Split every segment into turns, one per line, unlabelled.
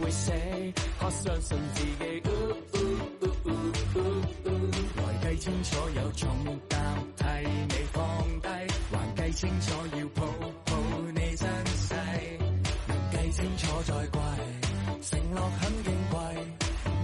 會死，可相信自己。嗚嗚嗚嗚嗚嗚來計清楚有重擔，替你放低，還計清楚要抱抱你真細，能計清楚再貴，承諾很矜貴，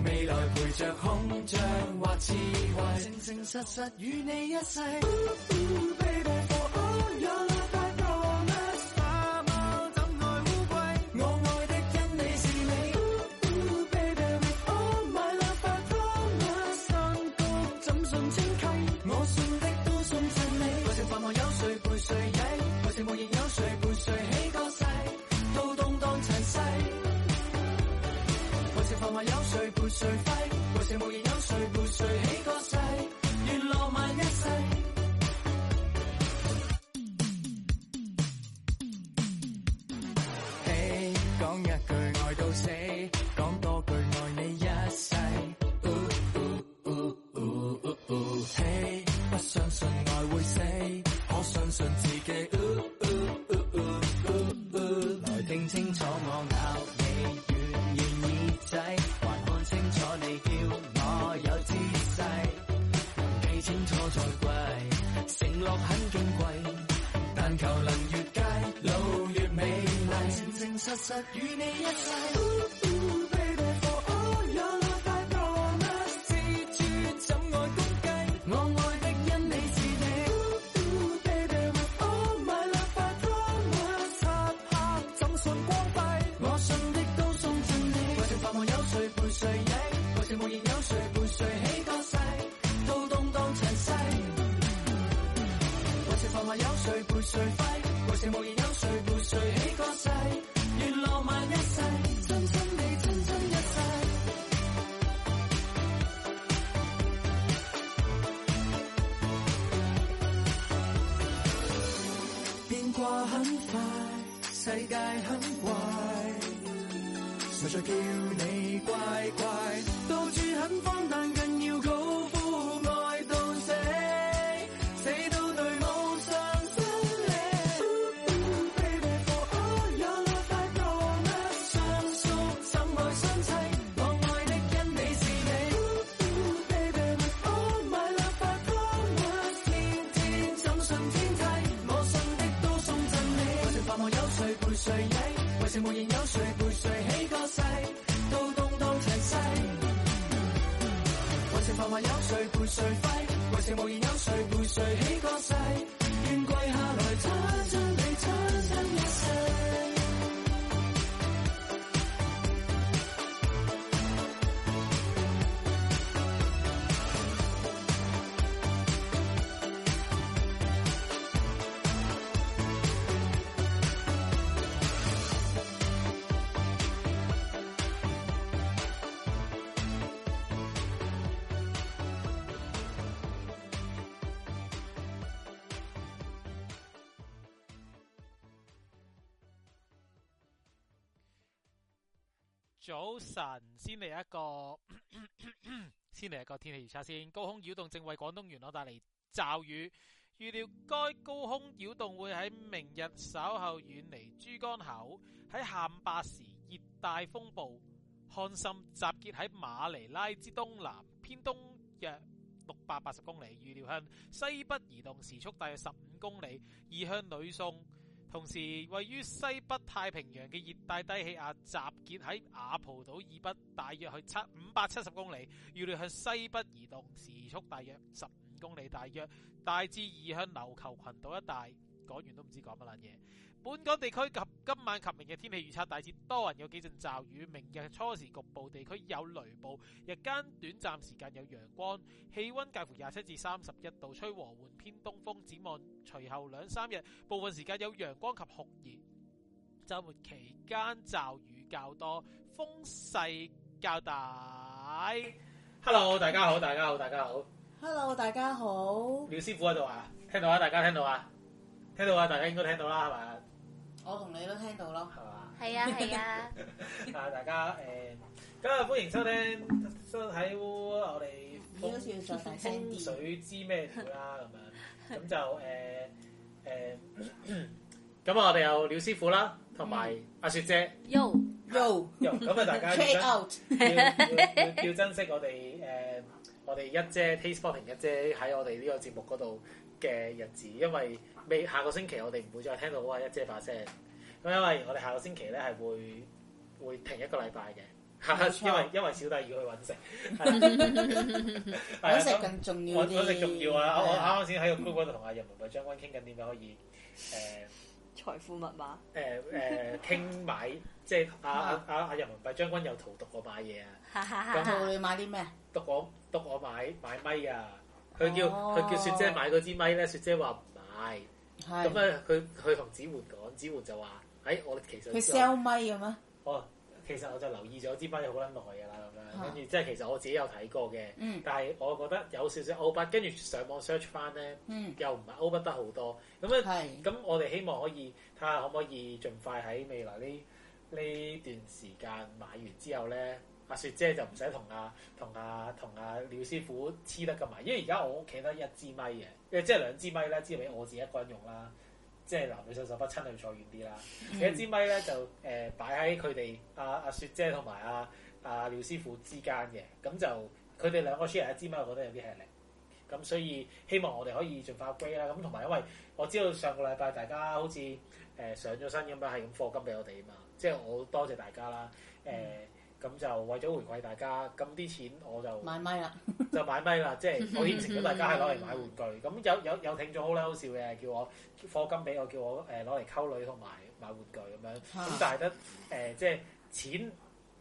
未來陪着空像或刺蝟，誠誠實實與你一世。Ooh, baby, for all your love, I promise. 花貓怎愛烏龜，我愛的因你是你。Ooh, baby, with all my love, I promise. 山谷怎信清溪，我信的都信盡你。愛情繁忙有誰陪誰曳？愛情無言有誰陪誰起個誓？都動盪塵世。愛情繁華有誰陪誰揮？愛情無言有誰陪誰起個誓？願浪漫一世。嘿，講一句愛到死，講多句愛你一世。嘿，不相信愛會死，可相信自己。來聽清楚我咬你軟軟耳仔，還看清楚你叫我有姿勢，能記清楚再貴，承諾很矜貴，但求能越街路越美麗，誠誠實實與你一世。Baby for all your love I promise，蜘蛛怎愛公雞，我愛的因你是你。Baby with all my love I promise，漆黑怎信光輝，我信的都送贈你。愛情繁忙有誰陪誰曳，愛情無言有誰陪誰起個誓，都動盪塵世。愛情繁華有誰陪誰揮？愛情無言有誰陪誰起個誓？願浪漫一世，真真你真真一世。變卦很快，世界很怪，誰在叫你乖乖？到處很荒誕，更要高呼愛到死。死都對我上心你。Baby for all your love I promise，相宿怎愛相妻，我愛的因你是你。Baby with all my love I promise，天天怎信天梯，我信的都送贈你。愛情繁忙有誰陪誰曳，愛情無言有誰陪誰起個誓，都動盪塵世。為情繁華有誰陪誰揮？為情無言有誰陪誰起個誓？願跪下來親親你，親親一世。
早晨，先嚟一個， 先嚟一個天氣預測先。高空擾動正為廣東沿岸帶嚟驟雨，預料該高空擾動會喺明日稍後遠離珠江口。喺下午八時，熱帶風暴漢森集結喺馬尼拉之東南偏東約六百八十公里，預料向西北移動，時速大約十五公里，移向呂宋。同時，位於西北太平洋嘅熱帶低氣壓集結喺雅蒲島以北，大約去七五百七十公里，預料向西北移動，時速大約十五公里，大約大致移向琉球群島一帶。講完都唔知講乜撚嘢。本港地區及今晚及明日天氣預測大致多雲，有幾陣驟雨。明日初時局部地區有雷暴，日間短暫時間有陽光，氣温介乎廿七至三十一度，吹和緩偏東風。展望隨後兩三日部分時間有陽光及酷熱。周末期間驟雨較多，風勢較大。Hello，大家好，大家好，大家好。
Hello，大家好。我
廖師傅喺度啊，聽到啊，大家聽到啊，聽到啊，大家應該聽到啦，係咪？
同你都聽到咯。
係嘛？
係 啊係啊，
啊！大家誒，今日歡迎收聽收睇我哋
你好
風
似要再大聲
風
啲。
水知咩料啦咁樣，咁就誒啊誒，咁我哋有廖師傅啦，同埋阿雪姐，
喲
Yo
又咁啊，大家
Trade
要
out，
珍要要要珍惜我哋誒、呃我哋一姐 Taste Spotting 一姐喺我哋呢個節目嗰度嘅日子，因為未下個星期我哋唔會再聽到我係一姐把聲，咁因為我哋下個星期咧係會會停一個禮拜嘅。
冇錯
因為因為小弟要去揾 食， 係啊
揾食
咁
更重要
我
啲。
我食重要啊！我我
係啊
啱啱先喺個 group 嗰度同阿人民幣將軍傾緊點樣可以
財富密碼，
誒誒誒傾買，即係阿阿
啊
阿阿人民幣將軍又荼毒我買嘢啊，
哈哈
咁
哈！
到你買啲咩？
毒我毒我買買咪啊！佢叫
哦
佢叫雪姐買嗰支咪咧，雪姐話唔買，咁啊
係
咧佢佢同子桓講，子桓就話：，誒我其實
佢 sell 啊咪嘅咩？
我其實我就留意咗支咪好撚耐㗎啦，咁樣
啊
跟住即係其實我自己有睇過嘅，
嗯
但係我覺得有少少 over，跟住上網 search 翻咧。
嗯，
又唔係 over 得好多，咁啊，
係
咁我哋希望可以睇下可唔可以盡快喺未來呢呢段時間買完之後咧，阿雪姐就唔使同阿同阿同阿廖師傅黐得咁埋，因為而家我屋企得一支咪嘅，即係兩支咪啦，支俾我自己一個人用啦，即係男女授受不親，就坐遠啲啦。
嗯
一支咪咧就誒擺喺佢哋阿阿雪姐同埋阿阿廖師傅之間嘅，咁就佢哋兩個 share 一支咪，我覺得有啲吃力。咁所以希望我哋可以盡快 upgrade 啦。咁同埋因為我知道上個禮拜大家好似誒、呃上咗身咁樣，係咁課金俾我哋啊嘛，即係我多謝大家啦。誒、咁就為咗回饋大家，咁啲錢我就
買咪啦，
就買咪啦，即
嗯
係我應承咗大家係攞嚟買玩具。咁有有有聽眾好啦，好笑嘅，叫我課金俾我，叫我誒攞嚟溝女同埋買玩具咁樣。
啊
咁但係得誒，即係錢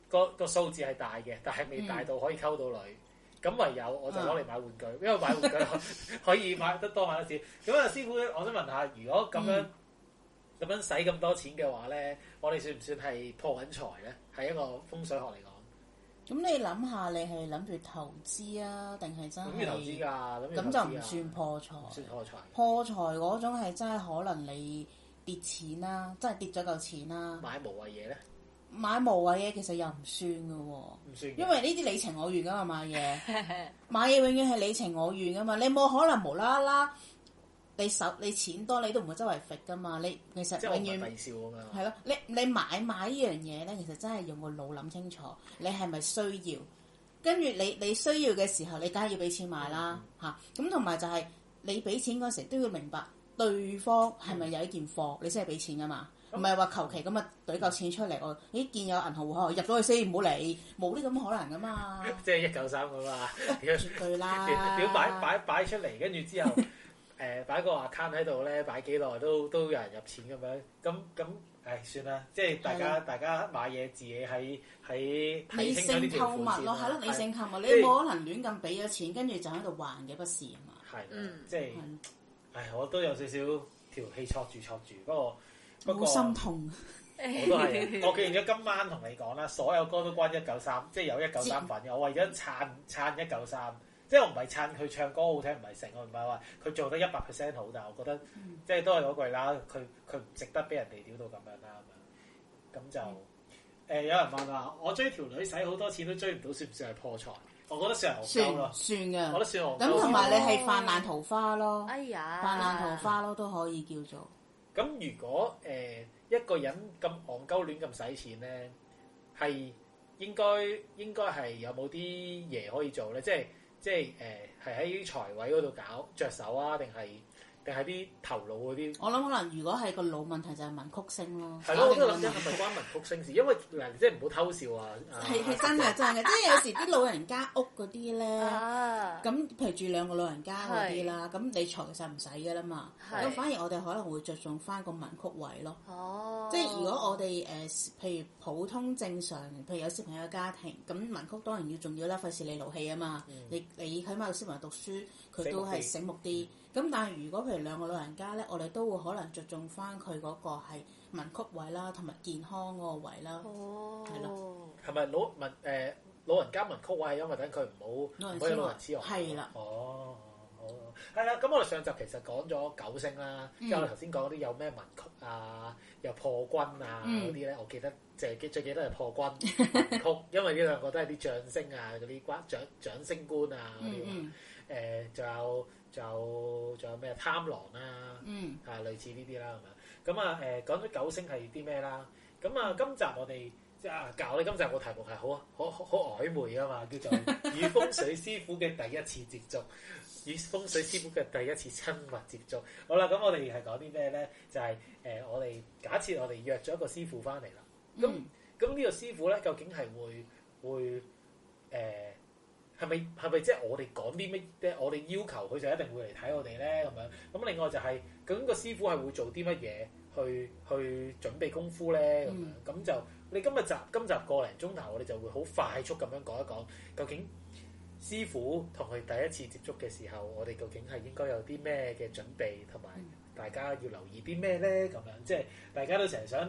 個個數字係大嘅，但係未大到可以溝到女。咁唯有我就攞嚟買玩具，
嗯
因為買玩具可 可以買得多買得少。咁啊，師傅，我想問下，如果咁
嗯
樣咁樣使咁多錢嘅話咧，我哋算唔算係破緊財咧？係一個風水學嚟講，
咁你諗下，你係諗住投資啊，定係真
諗住投資
係？
㗎，諗住投資
咁
啊
就唔
㗎
算破
唔
財
算。破財。
破財嗰種係真係可能你跌錢啦、真係跌咗嚿錢啦、
買無謂嘢咧，
買無謂嘢其實又唔算嘅喎、
唔算嘅。
因為呢啲你情我願噶嘛買嘢， 買嘢永遠係你情我願噶嘛，你冇可能無啦啦你手你錢多你都唔會周圍揈噶嘛，你其實
即係我
永
唔係
遠
閉笑啊咁樣。
係咯，你你買買呢樣嘢咧，其實真係用個腦諗清楚，你係咪需要？跟住你你需要嘅時候，你梗係要俾錢買啦
嗯
嚇。咁同埋就係、你俾錢嗰時都要明白對方係咪有呢件
嗯
貨，你先係俾錢噶嘛。唔係話求其咁啊，懟嚿錢出嚟，我咦見有銀行戶口，入咗去先，唔好理，冇呢咁可能噶 嘛，
即係一九三咁啊！屌
絕對啦。
屌擺擺擺出嚟，跟住之後 誒擺個 account 喺度咧，擺幾耐都都有人入錢咁樣。咁咁唉，算啦，即係大
係
家大家買嘢自己喺喺
理
睇清楚呢
性
條
購物
款先
咯，係
啦
咯，理性購物，你
即係
冇可能亂咁俾咗錢，跟住就喺度還嘅不是啊嘛。
係啦
嗯
即係唉，我都有少少條氣挫住挫住，不過不
好
過。
心痛，
我都係，啊我決定咗今晚同你講啦，所有歌都關一九三，即係有一九三份嘅。我為咗撐撐一九三，即係我唔係撐佢唱歌好聽，唔係成，我唔係話佢做得一百 percent 好，但係我覺得
嗯
即係都係嗰句啦，佢佢唔值得俾人哋屌到咁樣啦，咁樣咁就誒、
嗯
有人問話，我追條女使好多錢都追唔到，算唔算係破財？我覺得算係戇
算
鳩咯，
算
我覺。得
嘅
算戇鳩。
咁同埋你
係
係泛濫桃花咯，
哎呀，
泛濫桃花咯都可以叫做。
咁如果誒、呃一個人咁戇鳩亂咁使錢咧，係應該應該係有冇啲嘢可以做咧？即係即係誒係喺財位嗰度搞着手啊，定係定係啲頭腦嗰啲？
我諗可能如果係個腦問題就係文曲星咯。
係咯，我都諗緊係咪關文曲星事？因為嗱，即係唔好偷笑啊！啊
係係真嘅真 嘅，即係有時啲老人家屋嗰啲咧，
啊，
咁譬如住兩個老人家嗰啲啦，咁你財其實唔使㗎啦嘛。
係
咁反而我哋可能會着重翻個文曲位咯。
哦，
即係如果我哋誒、呃譬如普通正常，譬如有小朋友嘅家庭，咁文曲當然要重要啦，費事你勞氣啊嘛。你你起碼有小朋友讀書，佢都係醒目啲。嗯咁但係如果譬如兩個老人家咧，我哋都會可能着重翻佢嗰個係文曲位啦，同埋健康嗰個位啦。
哦，
係
咯，
係咪老文誒、呃老人家文曲位係因為等佢唔好
老
唔
人
可以
痴
老人
呆
痴呆？
係啦
哦，好，係啦。咁我哋上集其實講咗九星啦，
嗯
即係我哋頭先講嗰啲有咩文曲啊，又破軍啊
嗯
嗰啲咧，我記得就係記最記得係破軍 文曲，因為呢兩個都係啲象星啊，嗰啲關掌掌星官啊嗰
嗯
啲嘛。
嗯
誒，仲有仲有仲有咩貪狼啦。
嗯，
啊啊，類似呢啲啦，咁樣咁啊誒，講咗九星係啲咩啦？咁啊，今集我哋即係啊教你今集個題目係好啊好好好曖昧噶嘛，叫做與風水師傅嘅第一次接觸，與風水師傅嘅第一次親密接觸。好啦，咁我哋係講啲咩咧？就係、呃我哋假設我哋約咗一個師傅翻嚟啦，咁
嗯
咁呢個師傅咧，究竟係會會誒係咪係咪即係我哋講啲乜咧？我哋要求佢就一定會嚟睇我哋咧咁樣。咁另外就係、究竟個師傅係會做啲乜嘢去去準備功夫咧咁樣。
嗯
咁、就你今日集今集個零鐘頭，我哋就會好快速咁樣講一講，究竟師傅同佢第一次接觸嘅時候，我哋究竟係應該有啲咩嘅準備同埋？大家要留意啲咩咧？咁樣即係大家都成日想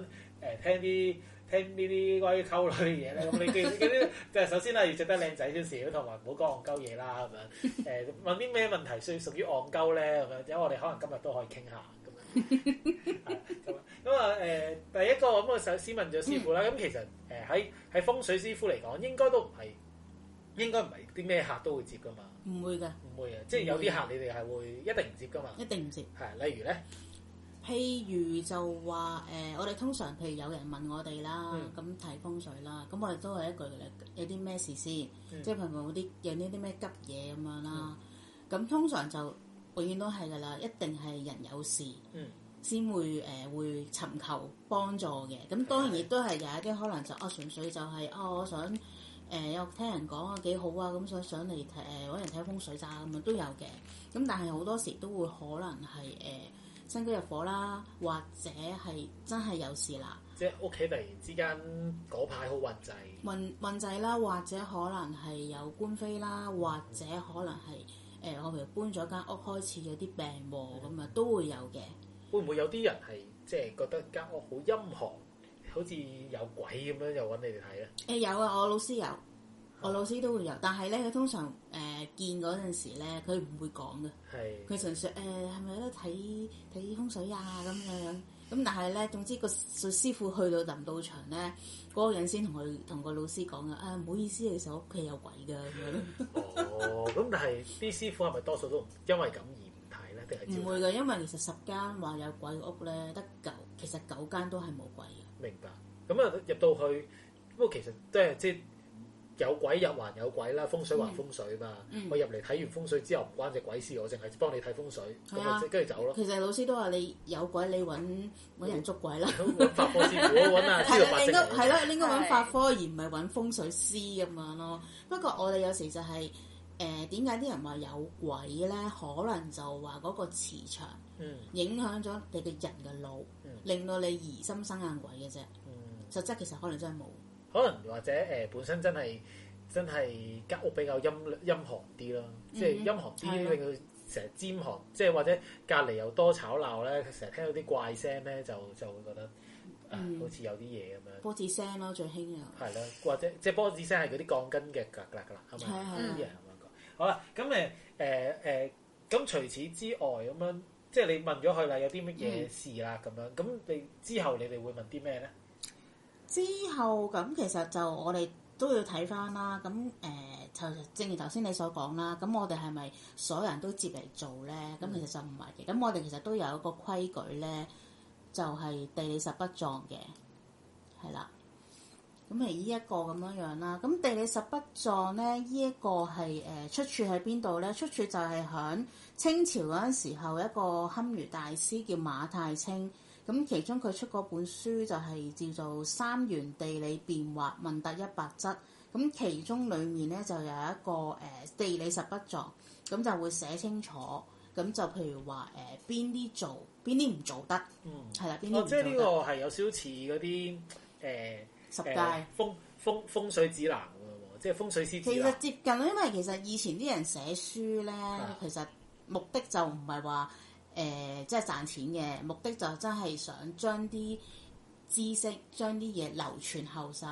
誒、聽啲聽呢啲關於溝女嘅嘢咧。咁你記記啲就係首先啦，啊要着得靚仔先少，同埋唔好講戇鳩嘢啦。咁樣誒、問啲咩問題屬屬於戇鳩咧？咁樣，因為我哋可能今日都可以傾下咁樣。係咁啊咁啊誒，第一個咁我啊首先問咗師傅啦。咁其實誒喺喺風水師傅嚟講，應該都唔係應該唔係啲咩客都會接噶嘛，
唔會㗎，
唔會啊！即係有啲客你哋係會一定唔接噶嘛。
一定唔接。
係啊例如咧，
譬如就話誒、我哋通常譬如有人問我哋啦
嗯，
咁睇、風水啦，咁我哋都係一句嘅啦，有啲咩事先，
嗯
即係譬如有啲有呢啲咩急嘢咁樣啦，咁、通常就永遠都係噶啦，一定係人有事
嗯。
先會誒、呃會尋求幫助嘅，咁當然亦都係有一啲可能就哦純粹就係、哦我想誒、有聽人講啊幾好啊，咁想上嚟睇誒揾人睇風水咋咁樣都有嘅，咁但係好多時都會可能係誒。新居入伙啦，或者係真係有事啦，
即係屋企突然之間嗰排好混滯，
運運仔啦，或者可能係有官非啦，或者可能係誒、呃我譬如搬咗間屋開始有啲病喎，咁啊都會有嘅。
會唔會有啲人係即係覺得間屋好陰寒，好似有鬼咁樣又揾你哋睇咧？
誒、有啊，我老師有，我老師都會有，但係咧佢通常誒、呃、見嗰陣時咧，佢唔會講嘅，
係
佢純粹誒係咪咧睇睇風水啊咁樣。咁但係咧，總之個師傅去到臨到場咧，嗰、個人先同佢同個老師講啊，誒唔好意思，其實我屋企有鬼㗎咁樣。
哦，咁但係啲師傅係咪多數都唔因為咁而唔睇咧？定係啊照
唔會
睇
嘅，因為其實十間話有鬼嘅屋咧，得九，其實九間都係冇鬼嘅。
明白？咁啊入到去，不過其實都係即係有鬼入還有鬼啦，風水還風水嘛。
嗯
我入嚟睇完風水之後唔關隻鬼事，我淨係幫你睇風水，咁
係
啊
啊
即跟住走咯。
其實老師都話你有鬼，你揾揾人捉鬼啦。
咁啊揾法科師傅，揾 啊 知
係
道
啦，
八識
你應該
嚟
係
嘅。
啦，你應該揾法科而唔係揾風水師咁樣咯。不過我哋有時就係、誒點解啲人話有鬼咧？可能就話嗰個磁場
嗯
影響咗你嘅人嘅腦
嗯，
令到你疑心生硬鬼嘅啫。
嗯。
實質其實可能真係冇。
可能或者誒、呃本身真係真係間屋比較陰陰寒啲咯，即係
嗯
陰寒啲
係啊
令到成日尖寒，即係或者隔離又多吵鬧咧，成日聽到啲怪聲咧，就就會覺得啊
嗯
好似有啲嘢咁樣，
波子聲咯，最興又
係啦，或者即係波子聲係嗰啲鋼筋嘅格格啦，係咪？
係啊係啊
啲人咁樣講。好啦，咁呃誒誒誒，呃咁除此之外咁樣，即係你問咗佢啦，有啲乜嘢
嗯
事啦咁樣，咁你之後你哋會問啲咩咧？
之後咁其實就我哋都要睇翻啦，咁誒、就正如頭先你所講啦，咁我哋係咪所有人都接嚟做咧？咁其實就唔係嘅，咁我哋其實都有一個規矩咧，就係、地理十不撞嘅，係啦。咁係呢一個咁樣樣啦，咁地理十不撞咧，呢、一個係誒、出處喺邊度咧？出處就係響清朝嗰陣時候一個堪輿大師叫馬太清。咁其中佢出嗰本書就係叫做《三元地理變化問答一百則》，咁其中裡面咧就有一個誒、呃地理十不作，咁就會寫清楚，咁就譬如話誒邊啲做，邊啲唔做得，
嗯。
係啦，邊啲
哦，
唔
即
做
係呢個呃
得，
係有少少似嗰啲誒
十
誒
戒。
風風風水指南咁樣喎，即係風水啊師
其
指
實
南。
接近啦，因為其實以前啲人寫書咧，
啊
其實目的就唔係話誒即係賺錢嘅，目的就真係想將啲知識、將啲嘢流傳後世。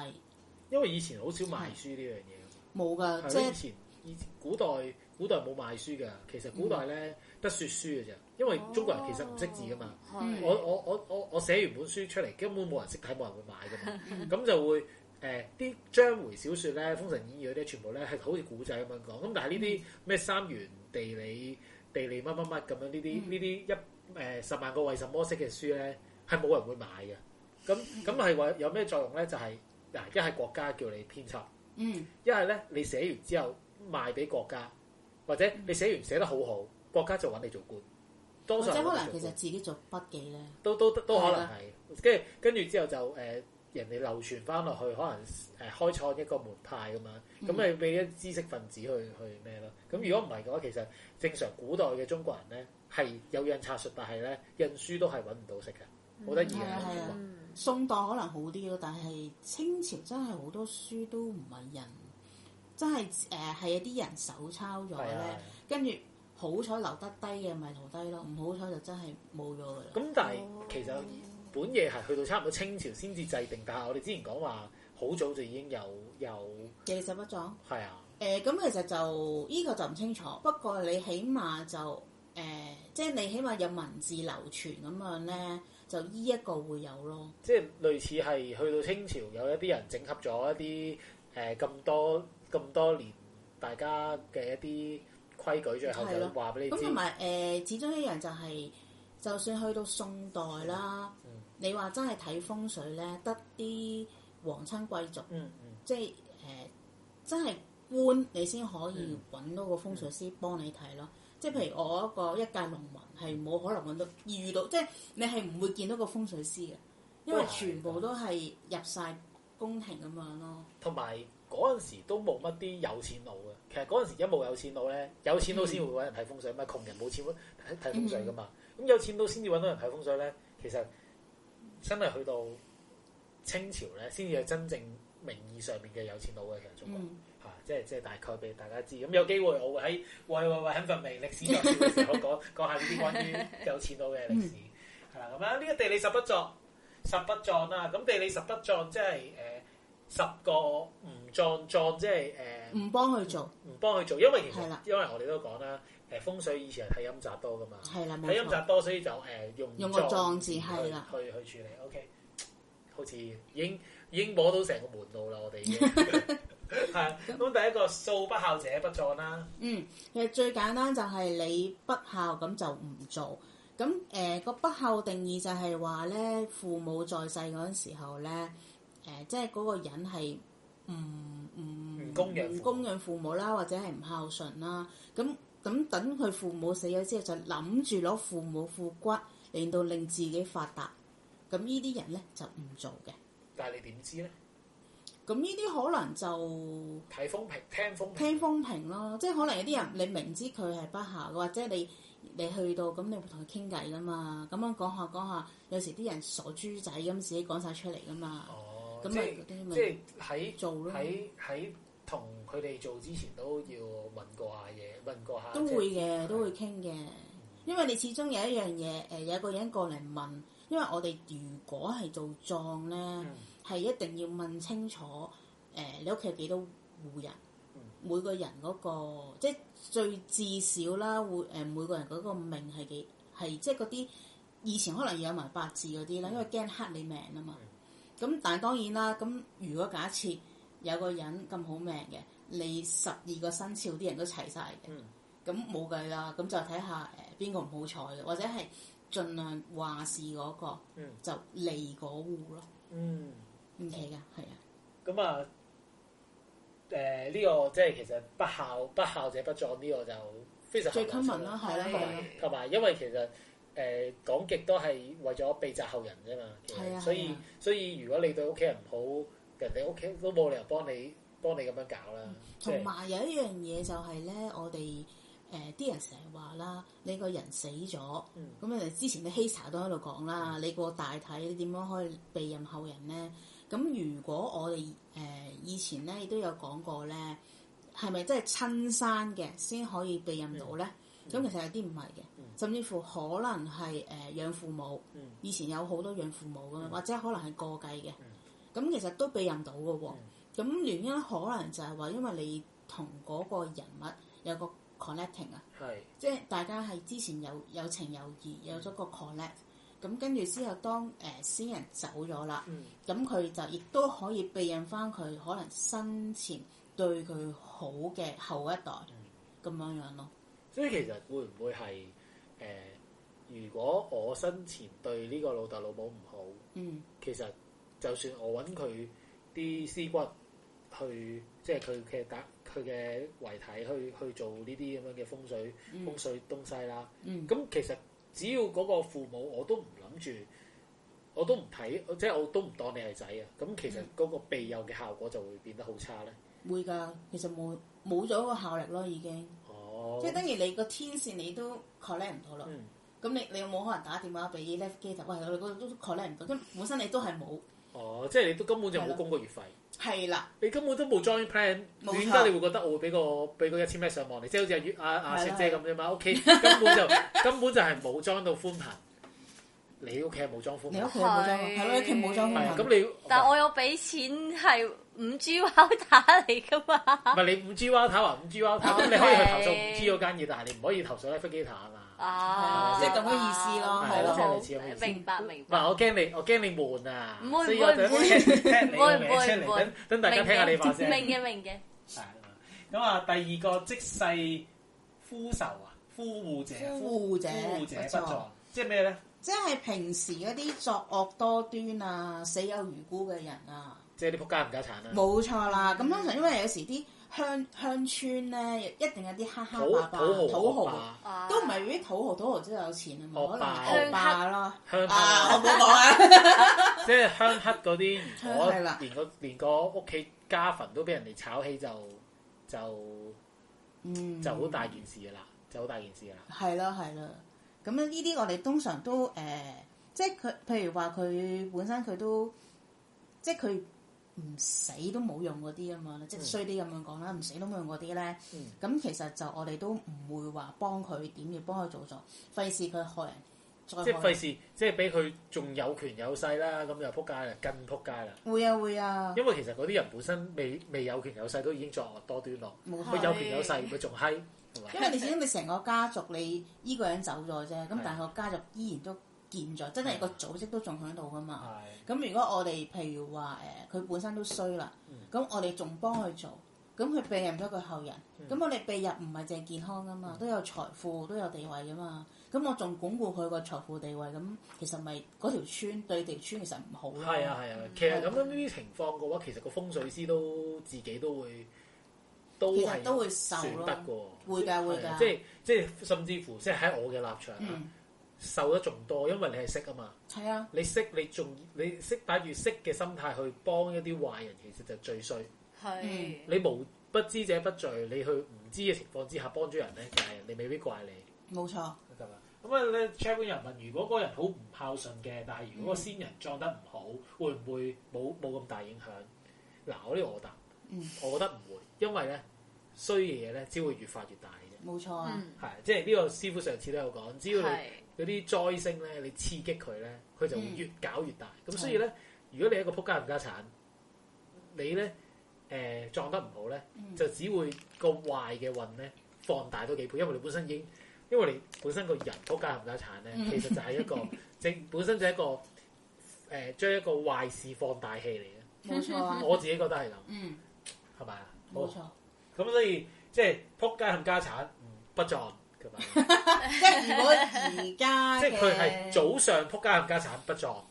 因為以前好少賣書呢樣嘢，
冇噶，
係
即
咯以
係
前以前古代古代冇賣書㗎，其實古代
嗯
咧得説書嘅啫，因為
哦
中國人其實唔識字㗎嘛。
係
我我我我我寫完本書出嚟，根本冇人識睇，冇人會買㗎 嘛。
嗯
咁就會誒啲章回小説咧，《封神演義》嗰啲全部咧係好似古仔咁樣講。咁但係呢
嗯
啲咩三元地理地理乜乜乜咁樣呢啲
嗯
呢啲一誒十萬個為什麼式嘅書咧，係冇人會買嘅。咁咁係話有咩作用咧？就係、嗱，一係國家叫你編輯，
嗯
一係咧你寫完之後賣俾國家，或者你寫完寫得好好，國家就揾你做官。多
或
數
者
係
可
揾
能
你做
其實
官
自己做筆記咧，
都都都可
係
能
啦
係，跟住跟住之後就誒、呃人哋流傳翻落去，可能誒、呃、開創一個門派咁
嗯
樣，咁你俾一知識分子去去咩咯？咁如果唔係嘅話，其實正常古代嘅中國人咧係有印刷術，但係咧印書都係揾唔到食嘅，好得意
係啊係
嘅。
啊。宋代可能好啲咯，但係清朝真係好多書都唔係人，真係誒係有哦啲人手抄咗
係嗯啊
咧，跟住好彩留得低嘅咪留低咯，唔好彩就真係冇咗佢啦。
咁但係其實本嘢係去到差唔多清朝先至制定，但係我哋之前講話好早就已經有有
記十不撞。
係啊，
誒咁、其實就呢、個就唔清楚，不過你起碼就誒、即係你起碼有文字流傳咁樣咧，就呢一個會有咯。
即係類似係去到清朝有一啲人整合咗一啲誒咁多咁多年大家嘅一啲規矩，最後
係
就
咯
話俾你
咁
知
同。埋誒，始終一樣就係、就算去到宋代啦，
嗯
你話真係睇風水咧，得啲皇親貴族，
嗯嗯，
即係誒、呃真係官你先可以
嗯
揾到個風水師幫你睇咯。即係譬如我一個一介農民係冇可能揾到遇到，即係你係唔會見到個風水師嘅，因
都
為
係
全部都係入晒宮廷咁樣咯。
同埋嗰陣時都冇乜啲有錢佬嘅。其實嗰陣時一冇有錢佬咧，有錢佬先會揾人睇風水，咪窮人冇錢揾睇睇風水噶嘛。
嗯
咁有錢佬先至揾到人睇風水咧，其實真係去到清朝咧，先至係真正名義上面嘅有錢佬嘅。其實中國。
嗯，
嚇、啊即係即係大概俾大家知。咁有機會我會喺喂喂喂喺份微歷史作嘅時候 講講下呢啲關於有錢佬嘅歷史。
嗯
係啦，咁啊樣呢個地理十不作，十不撞啦。咁地理十不撞即係誒、呃十個唔撞撞，即係誒
唔幫佢做，
唔幫佢做，因為其實
嗯係啦
因為我哋都講啦，誒、風水以前係睇陰宅多噶嘛，
係啦，冇
睇陰
錯。
宅多，所以就誒、呃用
用個
撞
撞字係啦
去去去處理。OK，好似已經已經摸到成個門路啦，我哋已 經 係啊咁第一個素不孝者不葬啦，
嗯，其實最簡單就係你不孝咁就唔做。咁誒個不孝定義就係話咧，父母在世嗰陣時候咧，誒、即係嗰個人係唔唔
唔供養父母
唔供養父母啦，或者係唔孝順啦。咁咁等佢父母死咗之後，就諗住攞父母父骨令到令自己發達。咁呢啲人咧就唔做嘅。
但係你點知咧？
咁呢啲可能就
睇風評，聽風評，
聽風評咯，即係可能有啲人你明知佢係不孝嘅，或者你你去到咁，你會同佢傾偈噶嘛，咁樣講下講下，有時啲人傻豬仔咁自己講晒出嚟噶嘛，
哦，
咁
即
咪
係
嗰啲
即
咪
係喺
做咯，
喺喺同佢哋做之前都要問過下嘢，問過下
都會嘅，
係
都會傾嘅，因為你始終有一樣嘢，誒、有個人過嚟問，因為我哋如果係做葬咧，
嗯
係、一定要問清楚，誒、你屋企有幾多戶人，
嗯
每個人嗰、個即係最至少啦，會誒、每個人嗰個命係幾係即係嗰啲以前可能有埋八字嗰
嗯
啲啦，因為驚黑你命啊嘛。咁、但係當然啦，咁如果假設有個人咁好命嘅，你十二個生肖啲人都齊晒嘅
嗯，
咁冇計啦，咁就睇下誒邊個唔好彩嘅，或者係盡量話事嗰、個、
嗯
就利嗰戶咯，
嗯。
唔奇噶，係啊。
咁啊，誒、呢、個即係其實不孝不孝者不葬呢個就非常
最
合邏輯
common 啦，，係啦，係啦，
同埋因為其實誒、講極都係為咗避責後人啫嘛，其實
係啊
所以
係啊
所以如果你對屋企人唔好，人哋屋企都冇理由幫你幫你咁樣搞啦，即
嗯同
係
埋有一樣嘢就係咧，我哋誒啲人成日話啦，你個人死咗，咁
嗯
誒之前啲希查都喺度講啦，你個大體你點樣可以避任後人咧？咁如果我哋誒、以前咧亦都有講過咧，係咪真係親生嘅先可以避任到咧？咁、其實有啲唔係嘅，甚至乎可能係誒、呃養父母，
嗯
以前有好多養父母咁樣，或者可能係過繼嘅，咁、其實都避任到嘅喎。咁原因可能就係話，因為你同嗰個人物有個 connecting 啊，
係
即係大家係之前有有情有義，有咗個 connect。咁跟住之後，當誒、呃先人走咗啦，
嗯
咁佢就亦都可以庇應翻佢可能生前對佢好嘅後一代咁樣樣咯。
所以其實會唔會係誒、如果我生前對呢個老豆老母唔好，
嗯，
其實就算我揾佢啲屍骨去，即係佢嘅打佢嘅遺體去去做呢啲咁樣嘅風水
嗯
風水東西啦。
嗯
咁其實只要嗰個父母我都唔諗住，我都唔睇，即係我都唔當你係仔啊。咁其實
嗯
嗰個庇佑嘅效果就會變得好差咧。
會㗎，其實冇冇咗個效力咯，已經，
哦，
即係等於你個天線你都 collect 唔到啦。
嗯，
咁你你有冇可能打電話俾 left g a t e 喂，我哋嗰度都 collect 唔到，咁本身你都係冇，
哦，即係你都根本就
係
冇
咯
供過月費。
係啦，
你根本都冇 join plan，
冇
點
錯
解你會覺得我會俾個俾個一千咩上網你？即係好似阿月阿阿
係啦
石姐咁啫嘛，屋企根本就 根本就係冇 join 到寬頻，你屋企係冇 join 寬
你屋
頻，
企冇裝，係咯，你屋企冇裝
嗯
係啊
咁
咁你
但我有俾錢係五 G 跑打嚟㗎
唔
嘛，
係你五 G 瓦塔啊，五 G 瓦塔， 咁你可以去投訴五 G 嗰間嘢，但係你唔可以投訴 f g a t 啊 嘛。
啊，
即係
咁嘅意思咯
係咯
好
即係類似咁嘅意思
明白明
唔係
白，
我驚你，我驚你悶啊，
唔會
所以
唔會
我就
唔會
聽聽你
唔會
嘅
唔會
聲嚟
唔會
等等大家聽下你把聲。
明嘅明嘅，
係啊咁啊，第二個即世夫仇啊，夫護者，啊
夫護者
夫護者不
不
助
助，
即係咩咧？
即係平時嗰啲作惡多端啊、死有餘辜嘅人啊，
即係啲仆街唔家產啊啦。
冇錯啦。咁通常因為有時啲鄉鄉村咧，一定有啲黑黑
土
白白
土豪
土
惡
豪，
霸，
啊
都唔係啲土豪，土豪真係有錢啊嘛，
惡
可能
霸
係惡霸啦。
鄉
啊，我
黑，
冇講啊，
即係鄉黑嗰啲，如果
係啦
連個連個屋企家墳都俾人哋炒起，就就
嗯，
就好大件事噶啦，就好大件事噶啦。
係啦，係啦。咁呢啲我哋通常都誒、呃即係佢，譬如話佢本身佢都，即係佢唔死都冇用嗰啲啊嘛，即係衰啲咁樣講啦，唔死都冇用嗰啲咧。咁、
嗯
其實就我哋都唔會話幫佢點要幫佢做咗，費事佢害人，再
即係
害
費
人。
事，即係俾佢仲有權有勢啦，咁又仆街啦，更仆街啦。
會啊會啊，
因為其實嗰啲人本身未未有權有勢，都已經作惡多端咯。
冇
佢
錯。
有權有勢，佢仲閪，係嘛
因？為你始終你成個家族你依個人走咗啫，咁
係
但係個家族依然都健在，真係個組織都仲喺度㗎嘛。
係
咁如果我哋譬如話誒，佢、本身都衰啦，
嗯
咁、我哋仲幫佢做，咁佢避入咗佢後人，
嗯
咁、我哋避入唔係淨係健康噶嘛，都有財富，都有地位噶嘛，咁我仲鞏固佢個財富地位，咁其實咪嗰條村對條村其實唔好咯。
係啊係啊，
嗯
其實咁樣呢啲情況嘅話，其實個風水師都自己都會都
其
係
實都會受
選得嘅
咯，
喎。
會㗎會
係啊
㗎，
即係即係甚至乎即係喺我嘅立場啊，
嗯
受得仲多，因為你係識啊嘛，
係啊，
你識你仲你識帶住識嘅心態去幫一啲壞人，其實就最衰。
係
你無不知者不罪，你去唔知嘅情況之下幫咗人咧，其實人哋未必怪你。
冇錯，
咁啊，咁啊咧 check 嗰人問，如果嗰個人好唔孝順嘅，但係如果個先人撞得唔好，會唔會冇冇咁大影響？嗱，我呢個我答，
嗯
我覺得唔會，因為咧衰嘅嘢咧，只會越發越大嘅啫。
冇錯啊，
嗯
係，即係呢個師傅上次都有講，只要
係
你嗰啲災星咧，你刺激佢咧，佢就會
嗯
越搞越大。咁、所以咧，如果你係一個仆街冚家產，你咧誒、呃撞得唔好咧，
嗯
就只會個壞嘅運咧放大多幾倍，因為你本身已經，因為你本身個人仆街冚家產咧，
嗯
其實就係一個 正本身就係一個誒、呃、將一個壞事放大器嚟嘅。
冇 錯啊，
我自己覺得係咁，
嗯，
係咪啊？好
冇錯，
咁所以即係仆街冚家產唔不撞咁啊。
即係如果而 家
即係佢
嘅
係早上撲街冚家產不撞，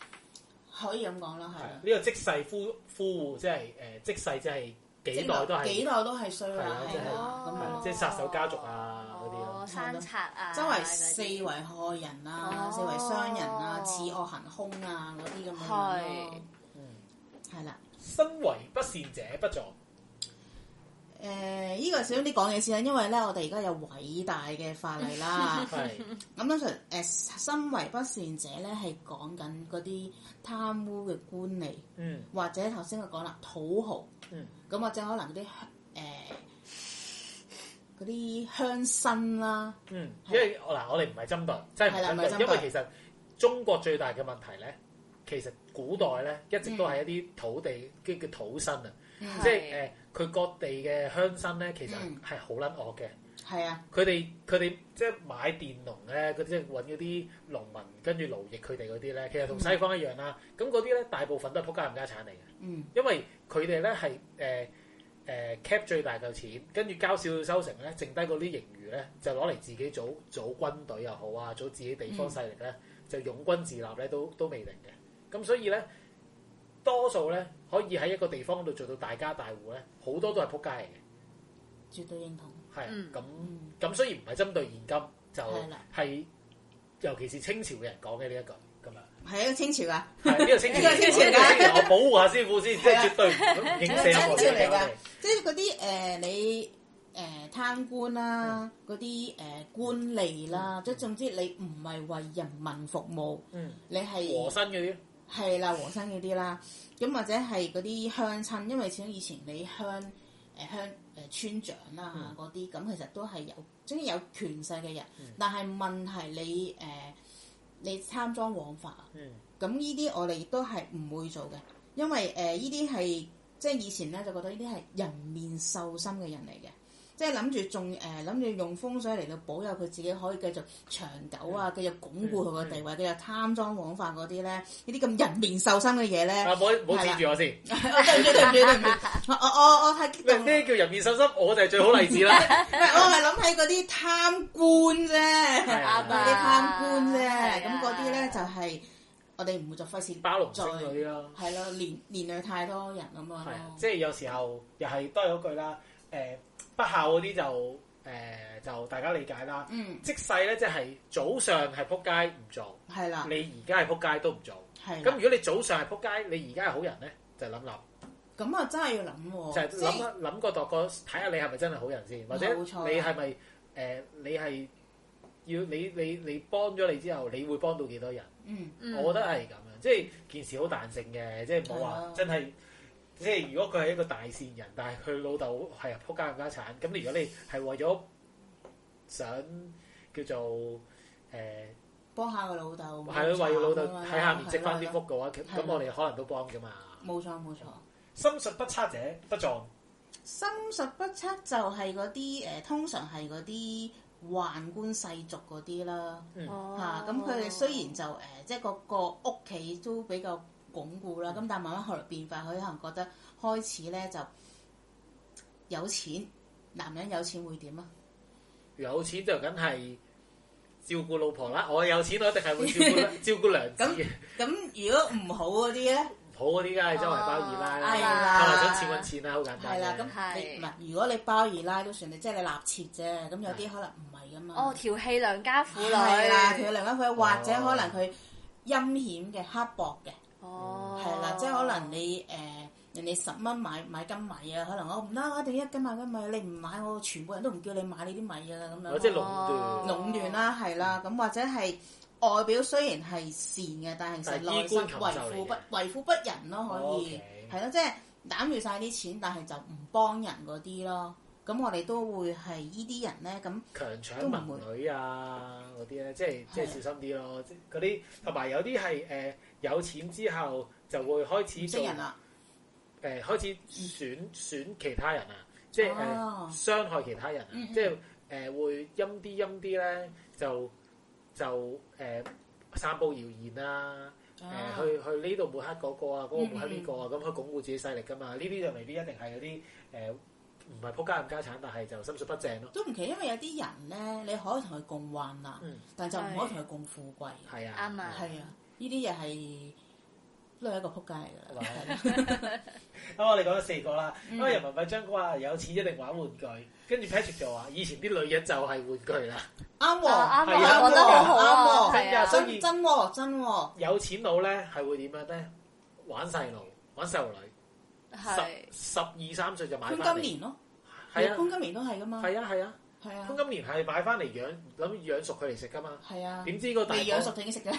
可以咁講啦，係
係
啊
呢。個即世夫夫戶，即係誒即世即係幾代都係，
幾代都係衰
係
啦
啊，
係啦，咁
係
啊
啊即係殺手家族啊嗰啲啊
哦山賊啊，
周圍四圍害人啊，
哦
四圍傷人啊，恃惡行兇啊嗰啲咁樣樣咯
係，
係啦。
嗯身為不善者不撞，。
誒，依個少啲講嘢先啦，因為咧，我哋而家有偉大嘅法例啦
係
咁通常誒，身為不善者咧，係講緊嗰啲貪污嘅官吏，
嗯
或者頭先佢講啦，土豪，
嗯
咁或者可能嗰啲誒嗰啲鄉紳啦，
嗯，
係
因為嗱我哋唔係針對，真係
係啦
唔
唔
係
係
針對，
針對
因為其實中國最大嘅問題咧，其實古代咧一直都係一啲土地叫叫土生啊，
嗯
即係誒佢各地嘅鄉紳咧，其實
嗯
係好撚惡嘅。
係啊，
佢哋佢哋即係買電農咧，嗰啲即係揾嗰啲農民跟住勞役佢哋嗰啲咧，其實同西方一樣啦。咁嗰啲咧大部分都係仆街冚家產嚟嘅，
嗯。
因為佢哋咧係誒誒 cap 最大嚿錢，跟住交少少收成咧，剩低嗰啲盈餘咧就攞嚟自己組組軍隊又好啊，組自己地方勢力咧、就擁軍自立咧都都未定嘅。咁所以咧，多數咧可以喺一個地方度做到大家大戶咧，好多都係撲街嚟嘅。
絕對認同。
係啊
嗯
咁
嗯
咁，雖然唔係針對現今，就
係啦
係尤其是清朝嘅人講嘅呢一句咁樣。
係啊，清朝㗎，
係呢個清朝，
呢個清朝嚟㗎
我保護下師傅先，即係
係啊
絕對 唔影射我
清朝嚟
哋
㗎，即係嗰啲誒你誒貪官啦，嗰啲誒官吏啦，即係總之你唔係為人民服務，
嗯，
你係
和珅嗰啲，
係啦，和珅嗰啲啦，咁或者係嗰啲鄉親，因為始終以前你鄉誒鄉誒村長啦嗰啲，咁、其實都係有，總之有權勢嘅人。但係問題你誒、呃你貪贓枉法啊，
嗯
咁呢啲我哋都係唔會做嘅，因為誒呢啲係即係以前咧就覺得呢啲係人面獸心嘅人嚟嘅。即係諗住仲誒諗住用風水嚟到保佑佢自己可以繼續長久
嗯
啊，繼續鞏固佢個地位，繼續貪贓枉法嗰啲咧，呢啲咁人面獸心嘅嘢 咧，
啊，唔好唔好指住我先，
我對唔住對唔住對唔住，我我我我太激動
咩
啦，
咩叫人面獸心？我就係最啊好例子 啦，
唔係我係諗起嗰啲貪官啫，
係啊
嗰啲貪官
係啊
啫，咁嗰啲咧就係我哋唔會再費事
包龍
再
星嗰啲啦。
係咯，連連累太多人咁樣咯
係，啊，即係有時候又係都係嗰句啦。誒、不孝嗰啲就誒、就大家理解啦。
嗯
即使咧，即係早上係撲街唔做，
係啦，
你而家係撲街都唔做。
係
咁
啦
如果你早上係撲街，你而家係好人咧，就諗諗，
咁啊真係要諗喎，
就係
即係
諗諗個度個，睇下你係咪真係好人先，或者
冇錯啊
你係咪誒你係要你你你幫咗你之後，你會幫到幾多人？
嗯
嗯
我覺得係咁樣，即係件事好彈性嘅，即係冇
係
話
啊
真係。即係如果佢係一個大善人，但係佢老豆係撲街冚家產，咁你如果你係為咗想叫做誒，係、
幫下個老豆，
為為老豆
慘啊
喺下面積翻啲福
係
嘅話，咁
係啊
咁
咯
我哋可能都幫噶嘛。
咯係咯冇錯冇錯。
心術不差者不撞，
心術不測就係嗰啲誒，通常係嗰啲宦官世族嗰啲啦
哦
嚇。咁佢哋雖然就誒、即係個個屋企都比較鞏固啦，咁但係慢慢後來變化，佢可能覺得開始咧就有錢，男人有錢會點啊？
有錢就梗係照顧老婆啦。我有錢我一定係會照 顧照顧娘子嘅。
咁如果唔好嗰啲咧，
好嗰啲梗係周圍包二奶啦，
哦係
係咪想
啦
錢揾錢啦？好簡單啊
係啦，
啫
咁你
係
唔係如果你包二奶都算你，即係你立妾啫。咁有啲可能唔係噶嘛。
哦，調戲良家婦女
係啦，佢有另一佢或者
哦
可能佢陰險嘅、刻薄嘅。
哦，
係啦，即係可能你誒、人哋十蚊買買金米啊，可能我唔得，我一定一斤買金米，你唔買我全部人都唔叫你買你啲米㗎啦咁
我
樣。
即係壟
哦
斷，
壟斷啦，係啦，
嗯
咁或者係外表雖然係善嘅，但係其實
但係衣
內心
冠禽獸
為富
嚟嘅哦
不為富不仁咯，可以
OK
係咯，即係攬住晒啲錢，但係就唔幫人嗰啲咯。咁我哋都會係呢啲人咧，咁
強搶民女啊嗰啲咧，即係即係
係
小心啲咯。即係嗰啲同埋有啲係誒有錢之後就會開
唔
始做
識人啊
誒
啦，
開始選選其他人啊，即係誒
哦，
傷害其他人啊
嗯，嗯
即係誒會陰啲陰啲咧就就誒散佈謠言啊。誒、去去呢度抹黑嗰個啊，嗰、
嗯
個抹黑呢個啊，咁去鞏固自己勢力噶嘛。呢啲就未必一定係嗰啲誒唔係撲街冚家產，但係就心術不正咯。
都唔奇，因為有啲人咧，你可以同佢共患難，
嗯
但就唔可以
係
同佢共富貴。
係啊，
啱啊
係啊，呢啲又係都係一個撲街嚟㗎啦係啊啦。
咁我哋講咗四個啦，
嗯
因為人民幣將軍話啊有錢一定玩玩具，跟住 Patrick 就話以前啲女人就係玩具啦，
啱
哦
喎，
啱
係啊
啊，講得好好啊，
啱啊
係
真㗎 所
啊，
以
真真喎真喎，
有錢佬咧係會點樣咧？玩細路，玩細路女，
係
十十二三歲就買
潘
翻
金
嚟，
蓮咯，
係啊
潘金蓮都係㗎嘛，
係啊係啊，
係啊
潘金蓮係買翻嚟養諗住養熟佢嚟食噶嘛，
係啊，
點知個大
未
婆
養熟就已經食嘅，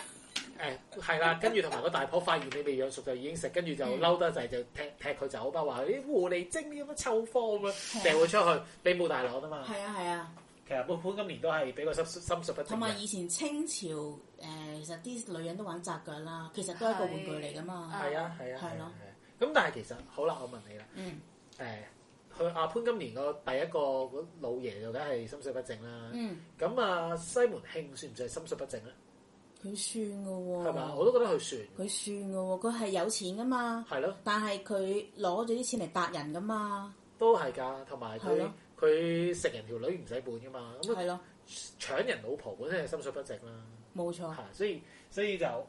誒係啦，跟住同埋個大婆發現你未養熟就已經食，跟住就
嗯
嬲得滯就踢踢佢走吧，話啲狐狸精啲咁嘅臭貨咁樣掟佢出去，你冇大郎啊嘛。
係啊係啊，
其實潘潘金蓮都係俾個心心術不正
同埋
嘅，
以前清朝誒，其實啲女人都玩紮腳啦，其實都係一個玩具嚟㗎嘛，
係啊係啊係
係
啊
咯。
係啊咁但係其實好啦，我問你啦，
嗯
誒佢阿潘金蓮個第一個老爺就梗係心術不正啦。
嗯，
咁啊西門慶算唔算係心術不正咧？啊
佢算㗎
係嘛？
喎，
我都覺得佢算。
佢算㗎喎，佢係有錢㗎嘛，
係咯，
但係佢攞咗啲錢嚟搭人㗎嘛，
都係㗎，同埋
係
佢
咯
佢食人條女唔使本㗎嘛，咁啊
係咯。
搶人老婆本身係心術不正啦。
冇錯，
嚇，所以所以就誒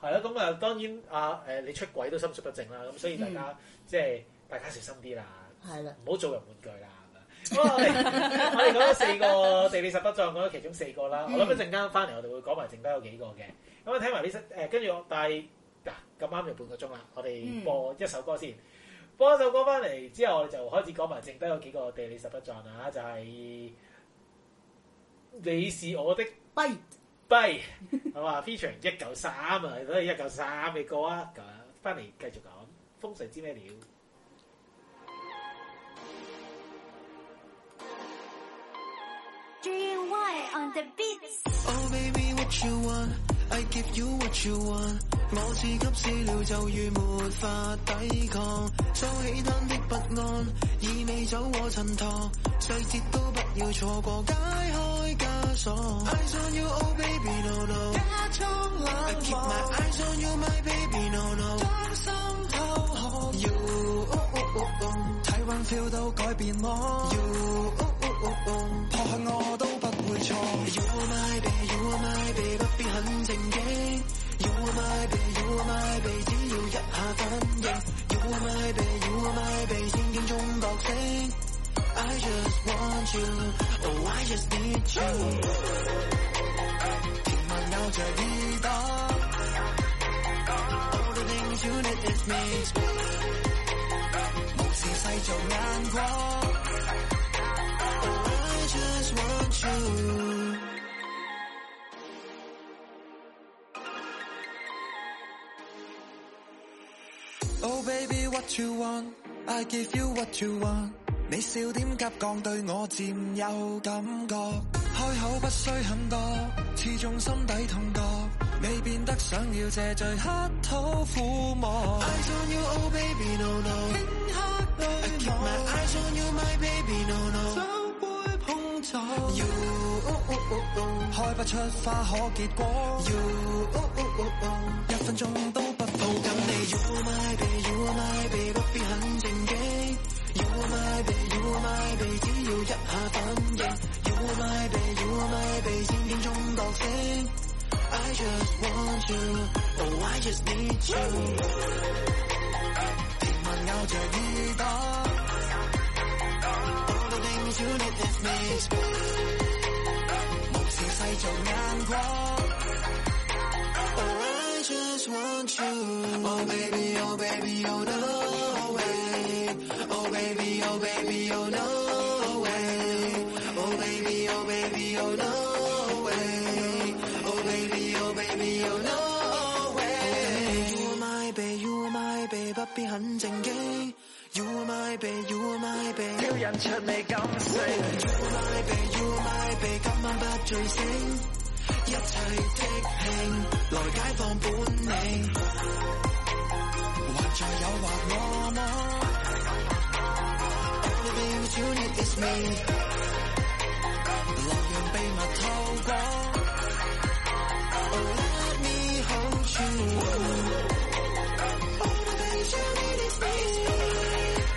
係啦，咁啊當然啊誒你出軌都心術不正啦，咁所以大家即係大家小心啲啦，
係啦，
唔好做人玩具啦。咁啊我哋我哋講咗四個地理實不壯，講咗其中四個啦。我諗一陣間翻嚟，我哋會講埋剩低有幾個嘅。咁啊，睇埋呢首誒，跟住我但係嗱咁啱就半個鐘啦，我哋
嗯
播一首歌先。播一首歌翻嚟之後，我哋就開始講埋剩低有幾個地理實不壯啦，就係、你是我的
跛
跛，係嘛？feature 一九三啊，都係一九三嘅歌啊，咁啊，翻嚟繼續講風水知咩料？
DY on the beat。
Oh baby what you want I give you what you want 我自給資料就如沒法抵抗收起單的不安已未走我襯托細節都不要錯過解開枷鎖 Eyes on you oh baby no no 假裝冷漠 I keep my eyes on you my baby no no 將心投降 You oh oh oh oh 體温 feel 到改變我 You oh oh oh oh 撲向我都不會錯 You are my baby You are my baby 不必很正經 You are my baby You are my baby 只要一下反應 You are my baby You are my baby 仙境中覺醒 I just want you Oh I just need you 甜蜜咬着耳朵 All the things you need it makes me 無視世俗眼光 Oh I just want you Oh baby what you want I give you what you want 你笑點夾降對我漸有感覺開口不需很多刺中心底痛覺你變得想要借醉乞討苦磨 Eyes on you oh baby no no 顷刻對我 Keep my eyes on you my baby no no 想會碰撞 You oh oh oh oh 開不出花可結果 You oh oh oh oh 一分鐘都不放緊你 You are my baby You are my baby 不必很正經 You are my baby You are my baby 只要一下反應 You are my baby You are my baby 仙境中覺醒 I just want you Oh I just need you 甜蜜咬着耳朵 All the things you need it makes me 無視世俗眼光 Oh, I just want you. Oh, baby, oh, baby, oh, no way. Oh, baby, oh, baby, oh, no way. Oh, baby, oh, baby, oh, no way. Oh, baby, oh, baby, oh, no way. You are my babe, you are my babe，不必很正經。You are my babe, you are my babe，要引出你感性。You are my babe, you are my babe，今晚不醉醒。一切即興，來解放本領。或在誘惑我麼？All the things you need is me。來讓秘密透過。Oh, let me hold you. All the things you need is me.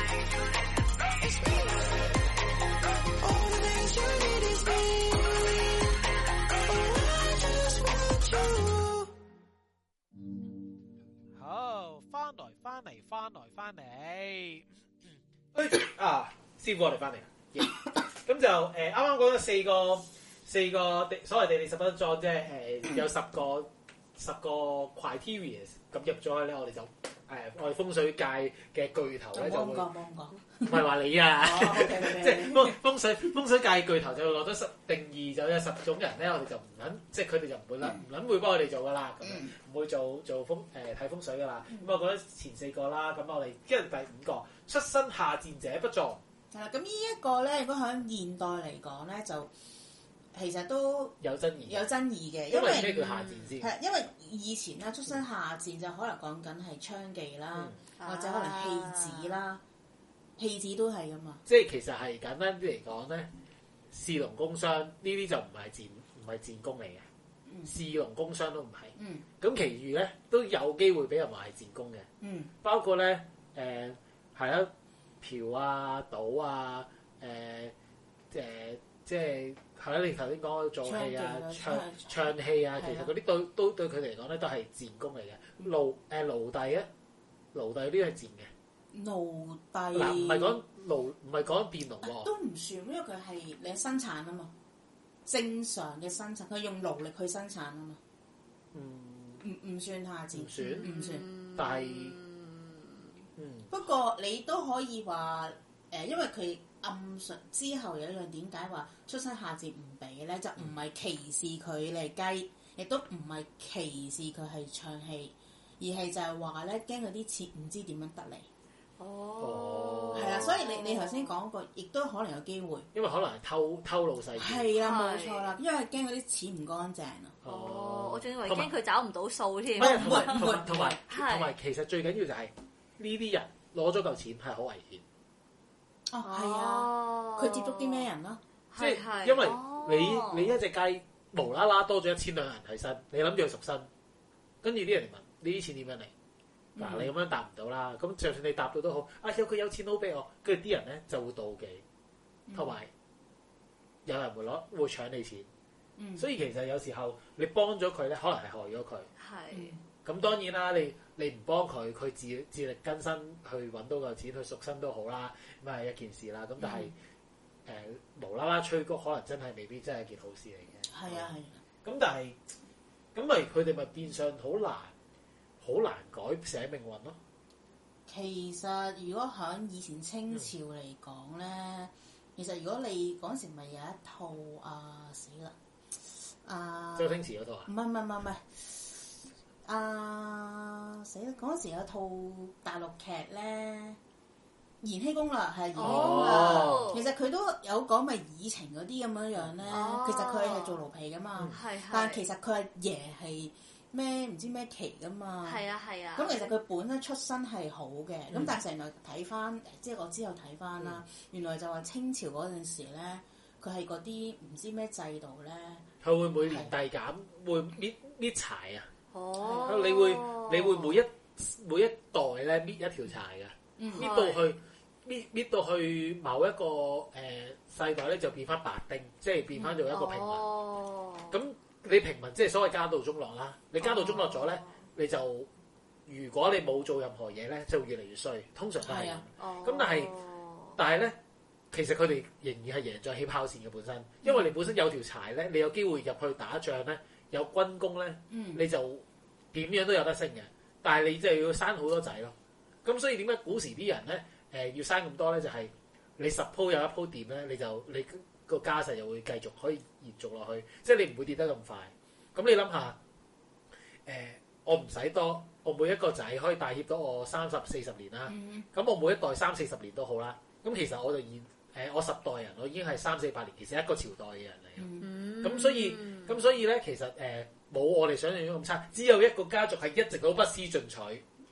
It's me. All the things you need is me. I just want you.
好，翻嚟翻嚟翻嚟翻嚟，
啊，師傅我哋翻嚟啦，耶咁就誒啱啱講咗四個四個地所謂地理十分壯啫，誒、有十個十個 criteria 咁入咗去咧，我哋就誒、我哋風水界嘅巨頭
冇
咧啊就
咁
會
講，冇咁講。
唔係話你啊。
哦 ，OK，OK，OK
即係風風水風水界巨頭就落咗十定義，就有十種人咧，我哋就唔撚，即係佢哋就唔會啦，唔撚會幫我哋做噶啦，咁樣唔會做做風誒睇風水噶啦。咁我覺得前四個啦，咁我哋跟住第五個出身下賤者不壯，
係啦，咁呢一個咧，如果喺現代嚟講咧，就其實都
有爭議。
有爭議嘅，因
因為咩
為
叫下賤先？
係因為嗯以前啦，出身下賤就可能講緊係娼妓啦，或者可能戲子啦，戲子都係噶嘛。
即係其實係簡單啲嚟講咧，士農工商呢啲就唔係賤唔係賤工嚟嘅，士農工商都唔係。
嗯
咁其餘咧都有機會俾人話係賤工嘅。
嗯
包括咧誒係啊啦，嫖啊、賭啊、誒、誒、即係係啦，你頭先講做戲啊、
唱
唱
段啊
唱戲啊
係，啊
其實嗰啲對都對佢嚟講咧都係自然工嚟嘅。奴誒奴隸啊，奴隸呢啲係自然
奴
嘅。嗱，唔係
隸
講奴，唔係講變奴喎。
啊都唔算，因為佢係你生產啊嘛，正常嘅生產，佢用勞力去生產啊嘛，
嗯，
唔唔算下賤，
唔算
唔算。
但係嗯
不過你都可以話誒、呃因為佢暗述之後有一樣點解話出身下賤唔俾咧，就唔係歧視佢嚟雞，亦都唔係歧視佢係唱戲，而係就係話咧驚佢啲錢唔知點樣得嚟，
哦，
係啦、啊所以你你頭先講過，亦都可能有機會，
因為可能係偷偷老細錢。
係啦，冇
係
錯啦，因為驚佢啲錢唔乾淨啊。
哦，我仲以為
同埋
驚佢找唔到數添
唔。係同埋
唔會
同埋同埋
係
同埋，其實最緊要就係呢啲人攞咗嚿錢係好危險，
哦，係啊，佢接觸啲咩啊人啦？
即
哦係？係哦
係因為你你一隻雞無啦啦多咗一千兩銀喺身，你諗住佢贖身，跟住啲人嚟問呢啲錢點樣嚟？嗱，你咁樣答唔到
嗯
啦，咁就算你答到都好，啊有佢有錢佬俾我，跟住啲人咧就會妒忌，
嗯
同埋有人會攞會搶你錢，
嗯，
所以其實有時候你幫咗佢咧，可能係害咗佢。
嗯
係
咁當然啦，你你唔幫佢，佢自自力更生去揾到嚿錢去贖身都好啦，咁係一件事啦。咁但係誒、
嗯
無啦啦吹谷，可能真係未必真係件好事嚟嘅。
係啊，係啊。
咁但係咁咪佢哋咪變相好難好難改寫命運咯。
其實如果響以前清朝嚟講咧，其實如果你嗰陣時咪有一套啊死啦啊，
周星馳嗰套啊，
唔係唔係唔係唔係啊死啦！嗰陣時有套大陸劇咧。延禧攻略係延禧攻略，
哦
其實佢都有講咪以前嗰啲咁樣樣咧，
哦
其實佢係做奴婢噶
嗯
嘛，
係係。
但係其實佢係爺係咩唔知咩旗噶嘛，
係啊係啊。
咁其實佢本身出身係好嘅，咁、但係成日睇翻，即係我之後睇翻啦，原來就話清朝嗰陣時咧，佢係嗰啲唔知咩制度咧，
佢會每年遞減，會搣搣柴啊！
哦，
你會你會每一每一代咧搣一條柴嘅。
嗯
搣到去搣搣到去某一個誒、呃、世代咧，就變翻白丁，即係變翻做一個平民。
嗯
咁、
哦，
你平民即係所謂家道中落啦。你家道中落咗
哦
咧，你就如果你冇做任何嘢咧，就越嚟越衰。通常都係
係
咁
啊。
哦，
咁但係但係咧，其實佢哋仍然係贏在起跑線嘅本身，因為你本身有條柴咧，你有機會入去打仗咧，有軍功咧，
嗯
你就點樣都有得升嘅。但係你就要生好多仔咯。咁所以點解古時啲人咧，誒、要生咁多咧，就係、你十鋪有一鋪掂咧，你就你個家世又會繼續可以延續落去，即係你唔會跌得咁快。咁你諗下，誒、我唔使多，我每一個仔可以帶挈到我三十四十年啦。
嗯
咁我每一代三四十年都好啦，咁其實我就現誒、我十代人，我已經係三四百年，其實一個朝代嘅人嚟嘅。
嗯
咁、所以咁所以咧，其實誒呃冇、我哋想象中咁差，只有一個家族係一直都不思進取，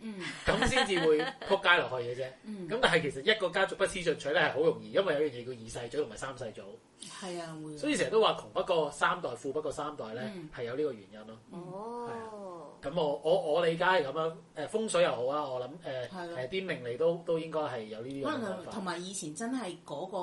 嗯
咁先至會 撲街落去嘅啫。咁、
嗯，
但係其實一個家族不思進取咧係好容易，因為有樣嘢叫二世祖同埋三世祖，
係啊會，
所以成日都話窮不過三代，富不過三代咧
嗯，
係、有呢個原因咯。
哦，
咁我我我理解係咁啊樣，誒、風水又好啊，我諗誒
係咯
誒啲命理都都應該係有呢啲
可
咁嘅講
能
法
同。埋以前真係嗰、個、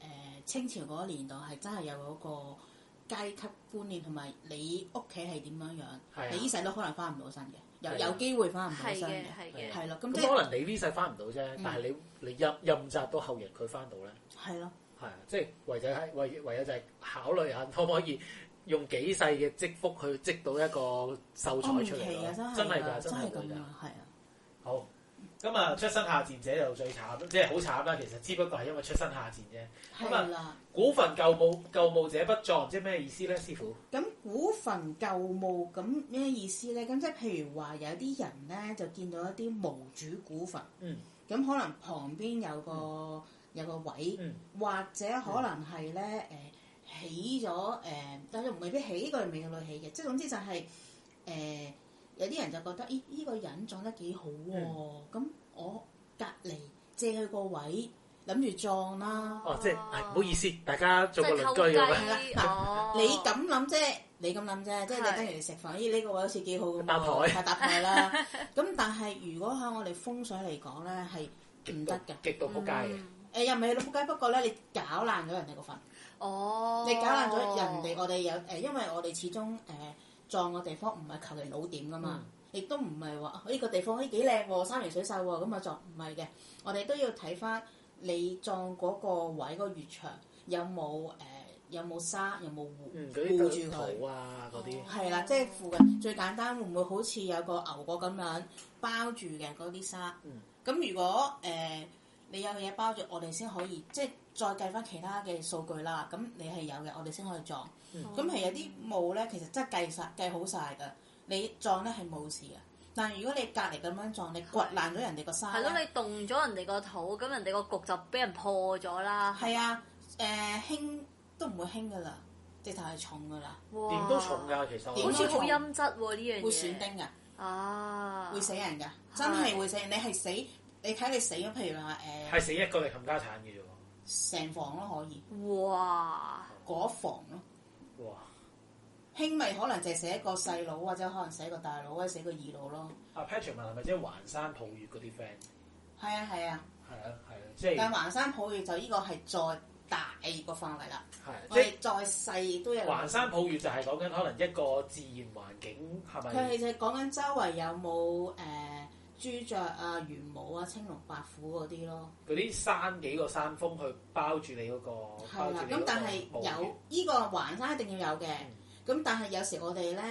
呃、清朝嗰個年代係真係有嗰個階級觀念，同埋你屋企係點樣
係啊
樣，你呢世都可能翻唔到身嘅，有
係啊
有機會翻唔到
係
身
嘅
嘅，
係
嘅
嘅，
係咯，咁即
咁
係
可能你呢世翻唔到啫，但係你你任任責到後人佢翻到咧，
係咯，
係啊，即係唯就係唯唯有就係考慮下可唔可以用幾世嘅積福去積到一個秀
我唔
才
奇
出嚟
啊，
咯，
真
真係
係啊
㗎，真
真
係
係
會㗎
咁。啊，係啊。
好，咁啊出身下賤者就最慘，即係好慘啦。其實只不過係因為出身下賤啫。咁啊
係啦，
股份舊務舊務者不壯，即係咩意思咧，師傅？
咁股份舊務咁咩意思咧？咁即係譬如話有啲人咧就見到一啲無主股份，
嗯，
咁可能旁邊有個、有個位，
嗯
或者可能係咧誒起咗誒、但係未必起佢未到起嘅，即係總之就係、誒、有啲人就覺得，咦呢、個人撞得幾好喎、
嗯
咁、我隔離借佢個位，諗住撞啦。
哦，即係唉唔好意思，大家做個
即
鄰
係偷
居咁樣。
雞哦，
你咁諗啫，你咁諗啫，即係你
係
跟住嚟食飯，咦呢個位好似幾好咁喎，
搭台
係搭台啦。咁但係如果喺我哋風水嚟講咧，係唔得㗎。
極度撲街嘅，
誒又唔係你仆街，不過咧你搞爛咗人哋個份，
哦，
你搞爛咗人哋，我哋有誒、因為我哋始終誒、撞嘅地方唔係求人老點噶嘛，亦都唔係話啊呢個地方咦幾靚喎，山明水秀喎，咁啊撞唔係嘅，我哋都要睇翻你撞嗰個位個月牆有冇誒、有冇沙有冇湖
嗯，嗰
顧住
啲
佢。
圖啊，嗰啲
係啦，即係附近最簡單，會唔會好似有個牛角咁樣包住嘅嗰啲沙？
嗯
咁、如果誒、呃你有嘢包住，我哋先可以即係再計翻其他嘅數據啦。咁你係有嘅，我哋先可以撞。
嗯
哦
咁係、有啲冇咧，其實真係計晒計好晒㗎。你撞咧係冇事嘅，但係如果你隔離咁樣撞，你掘爛咗人哋個沙
係
呢，
咯，你動咗人哋個肚，咁人哋個局就俾人破咗啦。
係啊，誒、輕都唔會輕㗎啦，直頭係重㗎啦，
哇
點都重，㗎，其實
好
我
似
覺得
好陰質喎呢樣嘢。
會損丁㗎。
啊，
會死人㗎，真係會死人。你係死，你睇你死咗，譬如話
係死一個嚟冚家產嘅啫
誒成房咯，可以
哇！
嗰房咯，
喎，哇！
輕微可能就係死一個細佬，或者可能死一個大佬，或者死一個二佬咯。
阿啊 Patrick 問係咪即係環山抱月嗰啲 friend？
係啊係啊，
係啊係啊，即係
但橫山抱月就呢個係再大個範圍啦，我
係
哋再細都有
啊即係。環山抱月就係講緊可能一個自然環境係
佢係
咪？
就係講緊周圍有冇誒、朱雀啊、玄武啊、青龍白虎嗰啲咯。
嗰啲山幾個山峰去包住你嗰個，包
係
住
啦，
你
咁
嗰
但
個
係
墓
有
園
呢個環山一定要有嘅。
嗯
咁但係有時我哋咧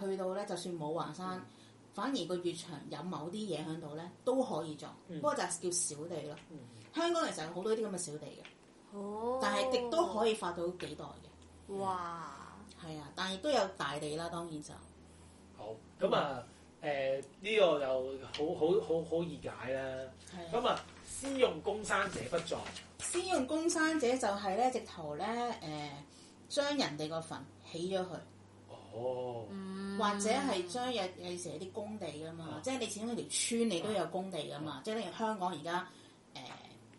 誒去到咧，就算冇環
嗯
山，反而個月場有某啲嘢喺度咧，都可以撞。
嗯
不過就係叫小地咯。
嗯
香港其實有好多啲咁嘅小地嘅，
哦，
但係亦都可以發到幾代嘅。
以。哇！
係啊，但係亦都有大地啦，當然就
好咁啊誒呢個就好好好好易解啦。
係啊。
咁啊，先用公山者不撞，
先用公山者就係咧，直頭咧誒，將人哋個墳起咗佢。
哦，
嗯
或者係將有有時有啲工地噶嘛
啊，
即係你始終條村
嗯
你都有工地噶嘛，即係你香港而家誒，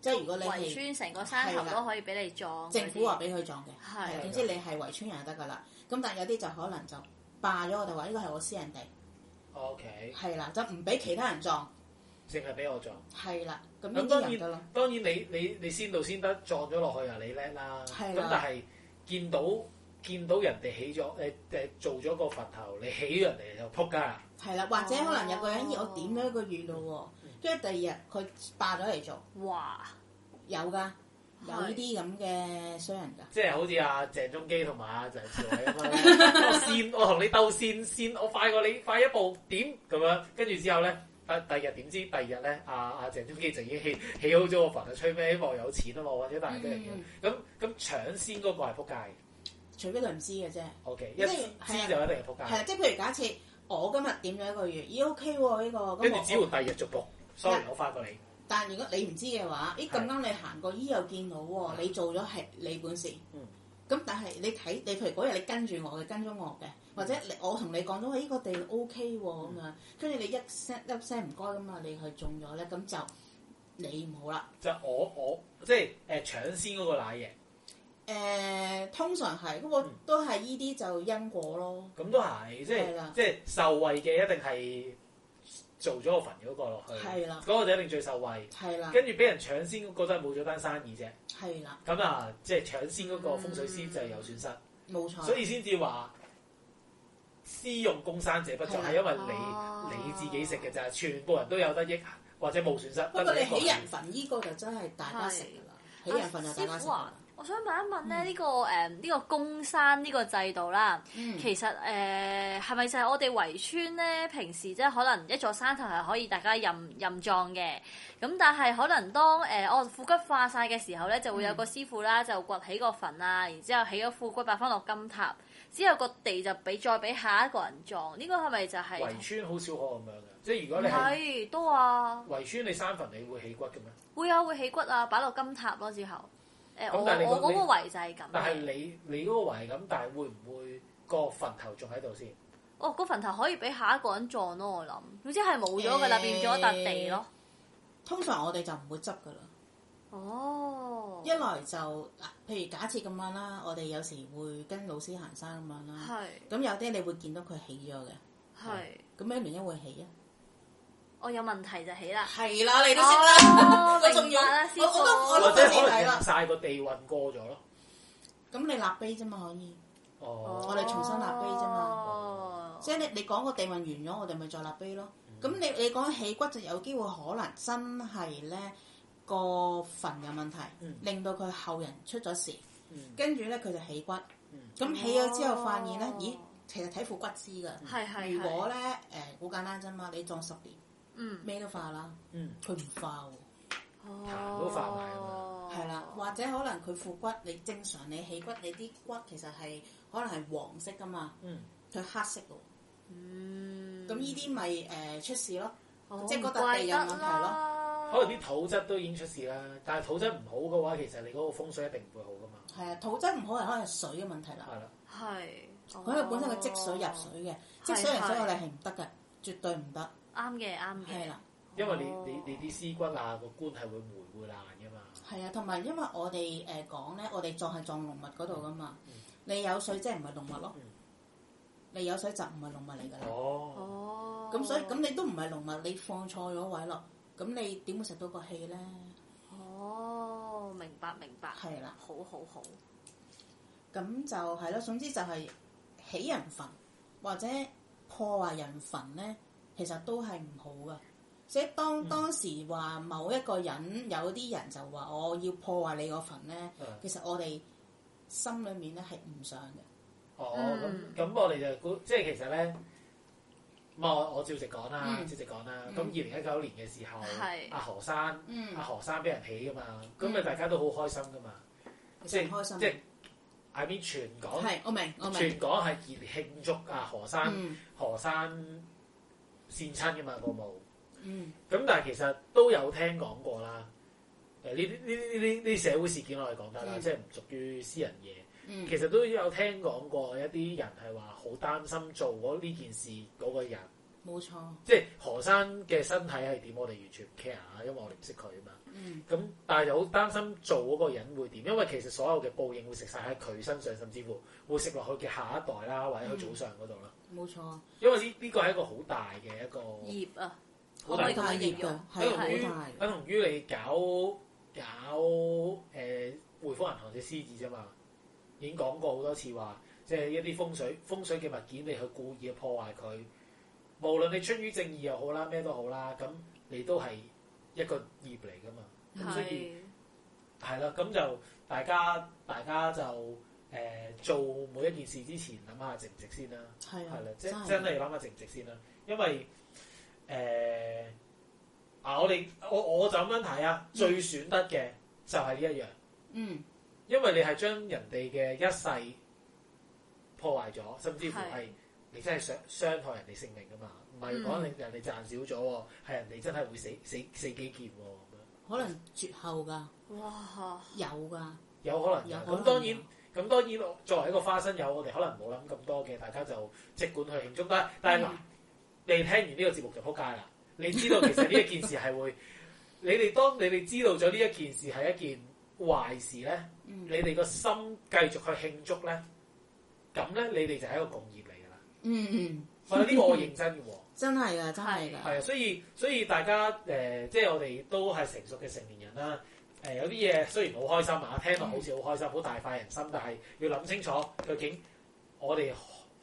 即係如果你
哦圍
係
村成個山頭
係啦
都可以俾你撞嗰啲。
政府話俾佢撞嘅，
係
係總之你係圍村人就得噶啦。咁但係有啲就可能就霸咗我哋話呢個係我私人地，
嗯
OK，
係啦，就唔俾其他人撞，
淨係俾我撞。
係啦，咁呢
咁
啲
當
人得咯
然，當然你你你先到先得，撞咗落去啊！你叻啦。
係
咁
啦
但係見到見到人哋起咗誒誒做咗個墳頭，你起咗人哋就撲街啦。
係啦，或者
哦
可能有個人要我點咗一個月咯
嗯
喎，跟住第二日佢霸咗嚟做，
哇！
有噶，有呢
係
啲咁嘅衰人㗎。
即係好似阿鄭中基同埋阿鄭少偉咁樣， 我線我同你鬥線線，我快過你快一步點咁樣，跟住之後咧，啊第二日點知第二日咧，阿阿鄭中基就已經起起好咗個墳啊，吹咩希望有錢啊嘛，或者大啲人
嗯
嘅，咁咁搶先嗰個係撲街嘅
除非佢唔知嘅啫。
，OK，一
即係
知
係啊
就一定係撲街
係啊，
嘅，
即係譬如假設我今日點咗一個月，咦 OK 喎呢個，
跟
咁
住
我
只要第二日逐步，sorry
係
我快過你，
但如果你唔知嘅話，咦咁
係
啱你行過，咦又見到喎，你做咗係你本事。
嗯
咁但係你睇，你譬如嗰日你跟住我嘅，跟咗我嘅，或
嗯
者你我同你講咗，喂呢個地 O K 喎咁樣，跟住你一聲一聲唔該咁啊，你去中咗咧，咁就你唔好啦。
就我我即係誒搶先嗰個賴嘢，
誒、通常係，不過
嗯
都係呢啲就因果咯，
咁都係即
係
係
啦
即係受惠嘅一定係做咗個墳嗰個落去，
係啦啊
嗰個就一定最受惠。
係啦，
跟住俾人搶先嗰個真係冇咗單生意啫。
係啦，
咁啊，即係搶先嗰個
嗯
風水師就係有損失，
冇錯。
所以先至話私用公山者不作，
係啊
係因為你、
哦
你自己食嘅就係全部人都有得益或者冇損失。
不過
得
你
一個
起人墳呢個就真係大家食㗎啦，
啊
起人墳就大家
師
食
傅
㗎啦
啊。，我想問一問
嗯
咧，呢、個誒呢個公山呢個制度啦，
嗯
嗯
其實誒係咪就係我哋圍村咧？平時即係可能一座山頭係可以大家任任葬嘅，咁但係可能當誒、呃我枯骨化晒嘅時候咧，就會有個師傅啦，就掘起個墳啊，然之後起咗枯骨擺翻落金塔，之後個地就俾再俾下一個人葬，呢、個係咪就係、
啊
圍村好少可咁樣嘅，即係如果
唔
你係
係多啊？
圍村你山墳，你會起骨嘅咩？
會啊，會起骨啊，擺落金塔咯之後。誒、
咁
我
但係你個
我嗰
你
個圍就係咁
但係
嘅。
你你嗰個圍係咁，但係會唔會個墳頭仲喺度先？
哦，個墳頭可以俾下一個人撞咯，我諗。總之係冇咗噶啦，
誒
變咗笪地咯。
通常我哋就唔會執噶啦，
哦，
一來就嗱，譬如假設咁樣啦，我哋有時會跟老師行山咁樣啦，
係
咁有啲你會見到佢起咗嘅，
係，
咁咩原因會起啊？
我有問題就起啦。
係啦，你
都識 啦哦我仲要明白啦師
啊我
傅
我都我
或
都
者
到
可
你
能
睇啦
日，晒個地運過咗咯，
咁你立碑啫嘛可以，
哦，
我哋重新立碑啫嘛
哦
即係你你講個地運完咗，我哋咪再立碑咯。
嗯
咁你你講起骨就有機會可能真係咧個墳有問題，
嗯
令到佢後人出咗事，
嗯
跟住咧佢就起骨。
嗯
咁起咗之後發現咧，
哦
咦，其實睇副骨知㗎。
係係
如果
係，
咧誒好簡單啫嘛，你撞十年
嗯，
咩都化啦，
嗯，
佢唔化喎。
彈都化埋啊
哦
係啦，或者可能佢副骨，你正常你起骨，你啲骨其實係可能係黃色噶嘛，
嗯，
佢黑色喎，
嗯，
咁呢啲咪誒出事咯，
哦
即係嗰
唔
笪
怪
地有
得
問題咯。
啦
可能啲土質都已經出事啦，但係土質唔好嘅話，其實你嗰個風水一定唔會好噶嘛。
係啊，土質唔好係可能水嘅問題啦，
係啦，
係，哦
佢哋本身佢積水入水嘅，積水入水我哋係唔得嘅，絕對唔得，
啱嘅啱嘅，
係啦。
因為
哦
你你你啲屍骨啊個棺係會霉會爛噶嘛。
係啊，同埋因為我哋誒講咧，我哋撞係撞龍脈嗰度噶嘛，你有水即係唔係龍脈咯
嗯，
你有水就唔係龍脈嚟㗎啦。
哦，
哦，
咁所以咁你都唔係龍脈，你放錯咗位咯，咁你點會食到個氣咧？
哦，明白明白，
係啦
好好好，
咁就係咯，總之就係起人墳或者破壞人墳咧，其實都係唔好噶。所以當
嗯
當時話某一個人有啲人就話我要破壞你個墳咧，
嗯
其實我哋心裏面咧係唔想嘅。
哦，
嗯
咁咁我哋就估，即係其實咧，咁我我照直講啦，
嗯
照直講啦。
嗯
咁二零一九年嘅時候
係，
阿何生，
嗯
阿何生俾人起噶嘛，咁咪
嗯
大家都好開心噶嘛。
其
即
實
係
唔開心
即
嘅
係。I mean 全港，
係，我明嗯我明。
全港係熱慶祝啊何生、
嗯
何生善親噶嘛個舞。
嗯
咁但係其實都有聽講過啦。誒呢啲呢啲呢啲呢啲社會事件我哋講得啦，
嗯
即係唔屬於私人嘢。
嗯，
其實都有聽講過一啲人係話好擔心做嗰呢件事嗰個人，
冇錯。
即係何生嘅身體係點，我哋完全唔 care 啊，因為我哋唔識佢啊嘛。
嗯
咁但係就好擔心做嗰個人會點，因為其實所有嘅報應會食晒喺佢身上，甚至乎會食落去嘅下一代啦，或者佢祖上嗰度啦。
冇錯。
因為呢呢個係一個好大嘅一個，
葉啊，
好
可唔
大
可
嘅
以咁樣形
嘅
容？，
係啊
等於
好大嘅。
等同於你搞搞誒、呃、匯豐銀行隻獅子啫嘛，已經講過好多次話，即係一啲風水風水嘅物件，你去故意去破壞佢，無論你出於正義又好啦，咩都好啦，咁你都係一個業嚟噶嘛，咁所以。
係
係啦，咁就大家大家就誒、呃做每一件事之前諗下值唔值先啦，
係
係
啊
啦，，即
真
真
係。
係諗下值唔值先啦，因為誒、呃啊，我哋我我就咁樣睇啊，最選得嘅就係呢一樣，
嗯
因為你係將人哋嘅一世破壞咗，甚至乎
係
係你真係傷傷害人哋性命噶嘛，唔係講
嗯
你人哋賺少咗喎，係人哋真係會死死死幾件喎咁樣。
可能絕後㗎，
哇，
有㗎。
有可能
有
㗎
可能
咁當
有
然，咁當然作為一個花生友，我哋可能冇諗咁多嘅，大家就即管去慶祝啦。但係嗱，你聽完呢個節目就撲街啦。你知道其實呢一件事係會， 你哋當你哋知道咗呢一件事係一件壞事咧，
嗯
你哋個心繼續去慶祝咧，咁咧你哋就係一個共業嚟㗎啦。
嗯嗯，
喂，呢個我認真嘅喎。
真係㗎，真係㗎。
係啊，所以所以大家誒、呃即係我哋都係成熟嘅成年人啦。誒、有啲嘢雖然好開心啊，聽落好似好開心，好大快人心，但係要諗清楚究竟我哋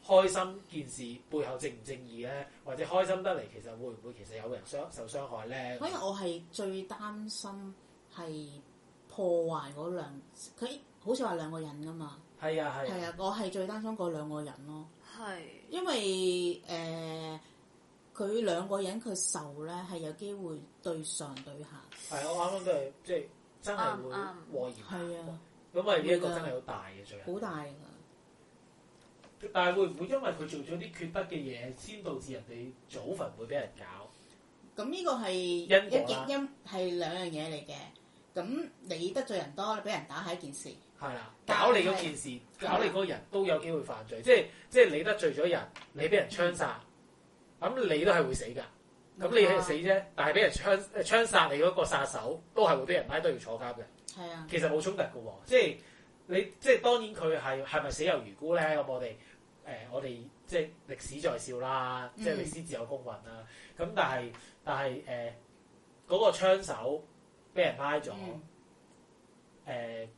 開心件事背後正唔正義咧，或者開心得嚟其實會唔會其實有人傷受傷害咧？
所以我係最擔心係破壞嗰兩，佢好似話兩個人噶嘛，
係啊係
係
啊，
啊，我係最擔心嗰兩個人咯，
係
因為誒佢、兩個人佢受咧係有機會對上對下，
係啊我啱啱都係即係真係會
啱啱
禍延
係啊，
咁咪呢一個真係好大嘅罪行。
好大㗎，
但係會唔會因為佢做咗啲缺德嘅嘢，先導致人哋祖墳會俾人搞？
咁呢個係一
因果啦
一因係兩樣嘢嚟嘅，咁你得罪人多，你俾人打係一件事，
係啦，
但
搞你嗰
係
件事，
係
搞你嗰個人都有機會犯罪，即係即係你得罪咗人，你俾人槍殺，咁你都係會死㗎。咁你係死啫，
嗯
但係俾人槍誒槍殺你嗰個殺手都係會俾人拉都要坐監嘅。
係啊，
其實冇衝突嘅喎，即係你即係當然佢係係咪死有餘辜咧？咁我哋誒、我哋即係歷史在笑啦，
嗯
即係歷史自有公允啦。咁但係但係誒嗰個槍手哦俾人拉咗。
嗯
呃誒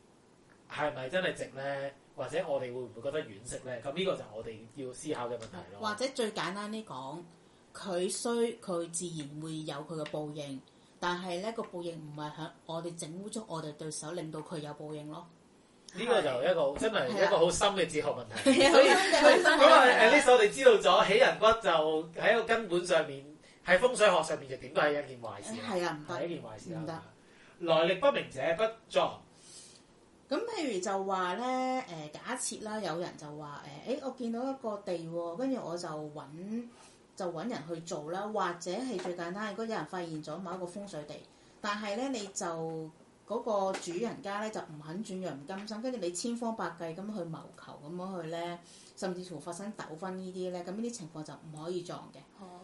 係咪真係值咧？或者我哋會唔會覺得惋惜咧？咁呢個就係我哋要思考嘅問題咯。
或者最簡單啲講，佢衰佢自然會有佢嘅報應，但係呢個報應唔係響我哋整污糟我哋對手，令到佢有 報應咯。
呢個就一個真係一個好深嘅哲學問題。
啊 係啊
所以
好深嘅
咁
好深
啊
嘅
，at least 我哋知道咗起人骨就喺個根本上面，喺風水學上面就點都係一件壞事啦，
係啊，唔
係一
得。
件壞事啦
唔得。
來歷不明者不撞，
咁譬如就話咧，誒、假設啦，有人就話誒，誒、我見到一個地喎，跟住我就揾就揾人去做啦，或者係最簡單，如果有人發現咗某一個風水地，但係咧你就嗰、個主人家咧就唔肯轉讓唔甘心，跟住你千方百計咁去謀求咁樣去咧，甚至乎發生糾紛呢啲咧，咁呢啲情況就唔可以撞嘅，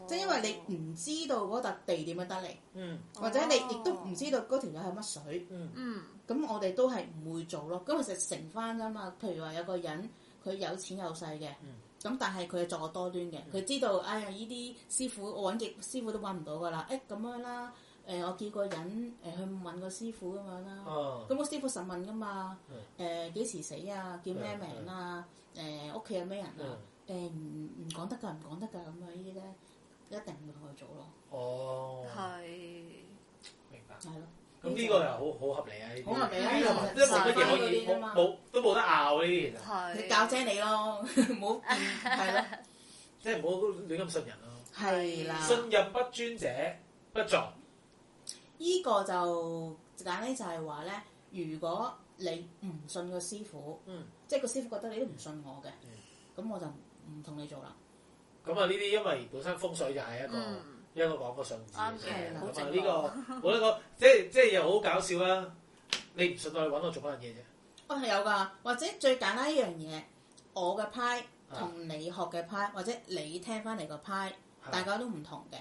即係因為你唔知道嗰笪地點樣得嚟，
嗯
或者你
哦
亦都唔知道嗰條友係乜水。
嗯
嗯
咁我哋都係唔會做咯。咁其實成翻㗎嘛。譬如話有個人佢有錢有勢嘅，咁、
嗯
但係佢係作惡多端嘅，佢知道哎呀呢啲師傅我揾極師傅都揾唔到㗎啦。誒、咁樣啦，誒、我叫個人誒、去問個師傅咁樣啦。
哦
咁、個師傅實問㗎嘛，誒、幾時死啊？叫
嗯
咩名啊？誒屋企有咩人啊
嗯？
誒唔唔講得㗎，唔講得㗎咁樣呢啲咧，一定唔會同佢做咯，
哦，
係
明白。
係咯。
咁呢個又好好合理啊！呢啲
好合理啊
呢個即係冇乜嘢可以
呢個
冇冇都冇得拗呢啲，其實
係
你教精你咯，唔好係咯，
即係唔好亂咁信人咯。
係
啊
啦。
信任不專者不撞，
呢個就簡單就係話咧，如果你唔信個師傅，
嗯，
即係個師傅覺得你都唔信我嘅，
嗯
咁、我就唔同你做啦。
咁啊呢啲因為本身風水就係一個。
嗯
一個講個信字
啱
嘅咁
嘅好
啊
正
呢個冇得講，即係即係又好搞笑啦！你唔信我，你揾我做乜嘢啫？
哦，係有㗎，或者最簡單一樣嘢，我嘅派同你學嘅派，或者你聽翻嚟個派，大家都唔同嘅。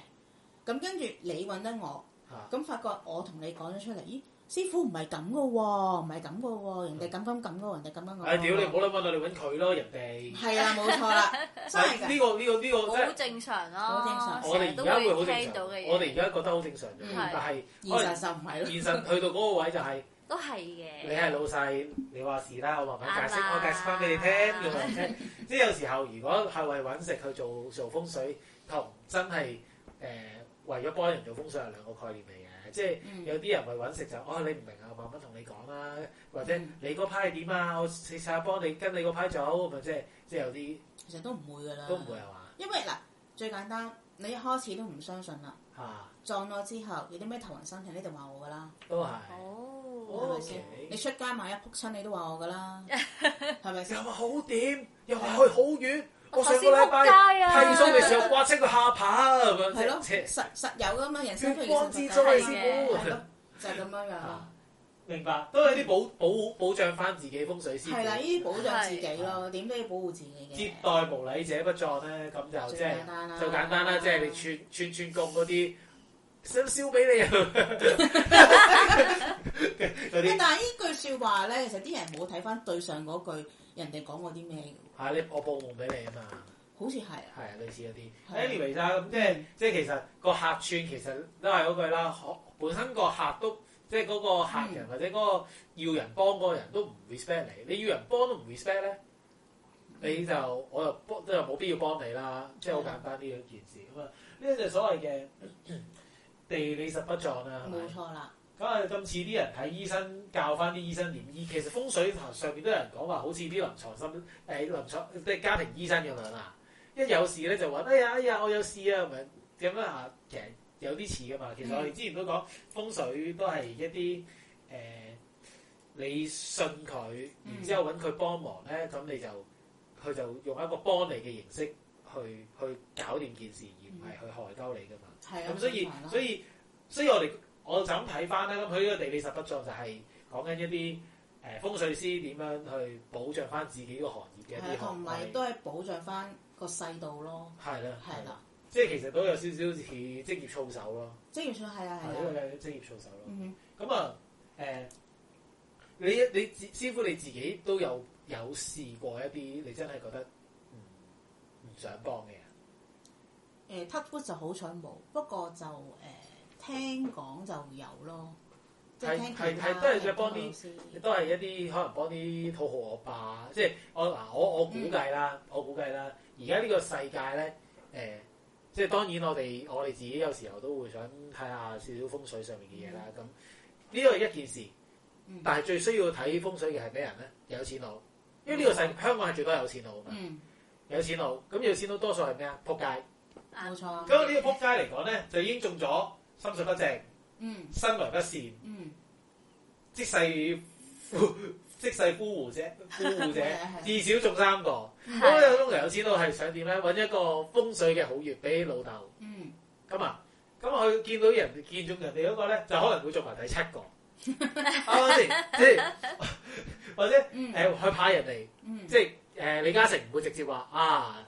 咁跟住你揾得我，
嚇
咁發覺我同你講咗出嚟，咦，師傅唔係咁嘅喎，唔係咁嘅喎，人哋咁咁咁嘅喎，人哋咁咁咁。
唉屌你唔好！撚揾我，你揾佢咯，人哋
係啦，冇錯啦，真係㗎
呢。個呢個呢個真
好
係
正常
好正
啦
常，
我
成日
哋
都
而家會好正
聽到
常
嘅，嘢，
我哋而家覺得好正常嘅，
嗯
但係
現實就唔係咯。
現實去到嗰個位就係
都係
你
嘅，
係老細，你話事啦，我慢慢解釋，
啱啊
我解釋翻俾你聽咁啊！即係 即係有時候，如果係為揾食去做做風水，同真係誒為咗幫人做風水係兩個概念嚟嘅，即係。
嗯
有啲人為揾食就哦，你唔明啊，我慢慢同你講啦，或者你嗰派點啊，我試下幫你跟你嗰派做，咁啊即係即係有啲
其實都唔會噶啦，
都唔會係嘛
因為嗱，最簡單，你一開始都唔相信啦，
嚇，
撞咗之後有啲咩頭暈身痛，你一定話我噶啦，
都係
哦，
係咪先
OK
你出街買一仆親，你都話我 噶啦，係咪
又
先？
話好點，又話去好遠，我上個
頭先
禮
仆
拜
街啊
剃鬚嘅時候刮親個下巴啊咁樣，
係咯，
即係
實實有噶嘛，人生
血光之災
啊
師
係
傅
係咯，就係咁樣樣咯
啊。明白，都係啲保保保障翻自己風水師
係啦，呢
傅。
啲保障自己咯，點都要保護自己
啊接
嘅。
待無禮者不撞咧，咁就即
最
係
簡單啦，
就簡單啦，即係你串串串供嗰啲，想燒俾 你啊！嗰啲
喂但係呢句説話咧，其實啲人冇睇翻對上嗰句人哋講過啲咩嘅，
係你我報夢俾你啊嘛，
好似係啊，嗯
係啊類似嗰啲。
係
anyway 啦，咁即係即係其實個客串其實都係嗰句啦，可本身個客都即係嗰個客
嗯
人或者嗰個要人幫嗰個人都唔 respect 你，你要人幫都唔 respect 咧，你就我就幫都就冇必要幫你啦，即係好簡單呢兩件事咁啊。呢就所謂嘅嗯地理實不啊撞啦，係咪
冇？錯啦。
咁啊，今次啲人睇醫生教翻啲醫生點醫，其實風水頭上面都有人講話，好似啲臨床心誒、臨床即係家庭醫生咁樣啦。一有事咧就話，哎呀哎呀，我有事啊咁樣咁樣啊，其實有啲似噶嘛。其實我哋之前都講風水都係一啲誒、你信佢，然之後揾佢幫忙咧，咁你就佢就用一個幫你嘅形式去去搞掂件事，而唔係去害鳩你噶嘛。
係啊，
咁所以
正常啦
所以所以我哋我就咁睇翻咧，咁佢呢個地理實不作就係講緊一啲誒、呃、風水師點樣去保障翻自己個行業嘅一
係
啲
啊同
行
埋
為，
都係保障翻個世道咯，
係啦，
係，啦，
即係其實都有少少似職業操守咯，
職業上係啊
係
係
一
啊，
個職業操守咯。
嗯
咁啊誒，你你自師傅你自己都有有試過一啲你真係覺得唔唔想幫嘅人，
哼，誒 touch wood 就好彩冇，不過就誒聽講就有咯，即即係
係
聽其
係
他
係都係
嘅
想幫
歌
啲
老師
都係一啲可能幫啲土豪惡霸，即係我嗱我我估計啦，我估計啦，而家呢個世界咧，誒、即係當然我哋我哋自己有時候都會想睇下少少風水上面嘅嘢啦。咁呢個係一件事
嗯，
但係最需要睇風水嘅係咩人咧？有錢佬，因為呢個世香港係最多有錢佬㗎嘛，
嗯，
有錢佬咁有錢佬多數係咩啊？仆街。
À,
冇錯啊，
咁呢個仆街嚟講咧，就已經中咗心術不正、
嗯
身為不善。
嗯
即世夫 即世夫護者，夫護者
係
至少中三個。咁
係
咧通常有錢佬係想點咧？揾一個風水嘅好月俾老豆
嗯，
咁啊。咁佢見到人見中人哋嗰個咧，就可能會中埋第七 個，啱唔啱先？即係或者誒，
嗯
佢派人嚟，
嗯
即係誒李嘉誠唔會直接話啊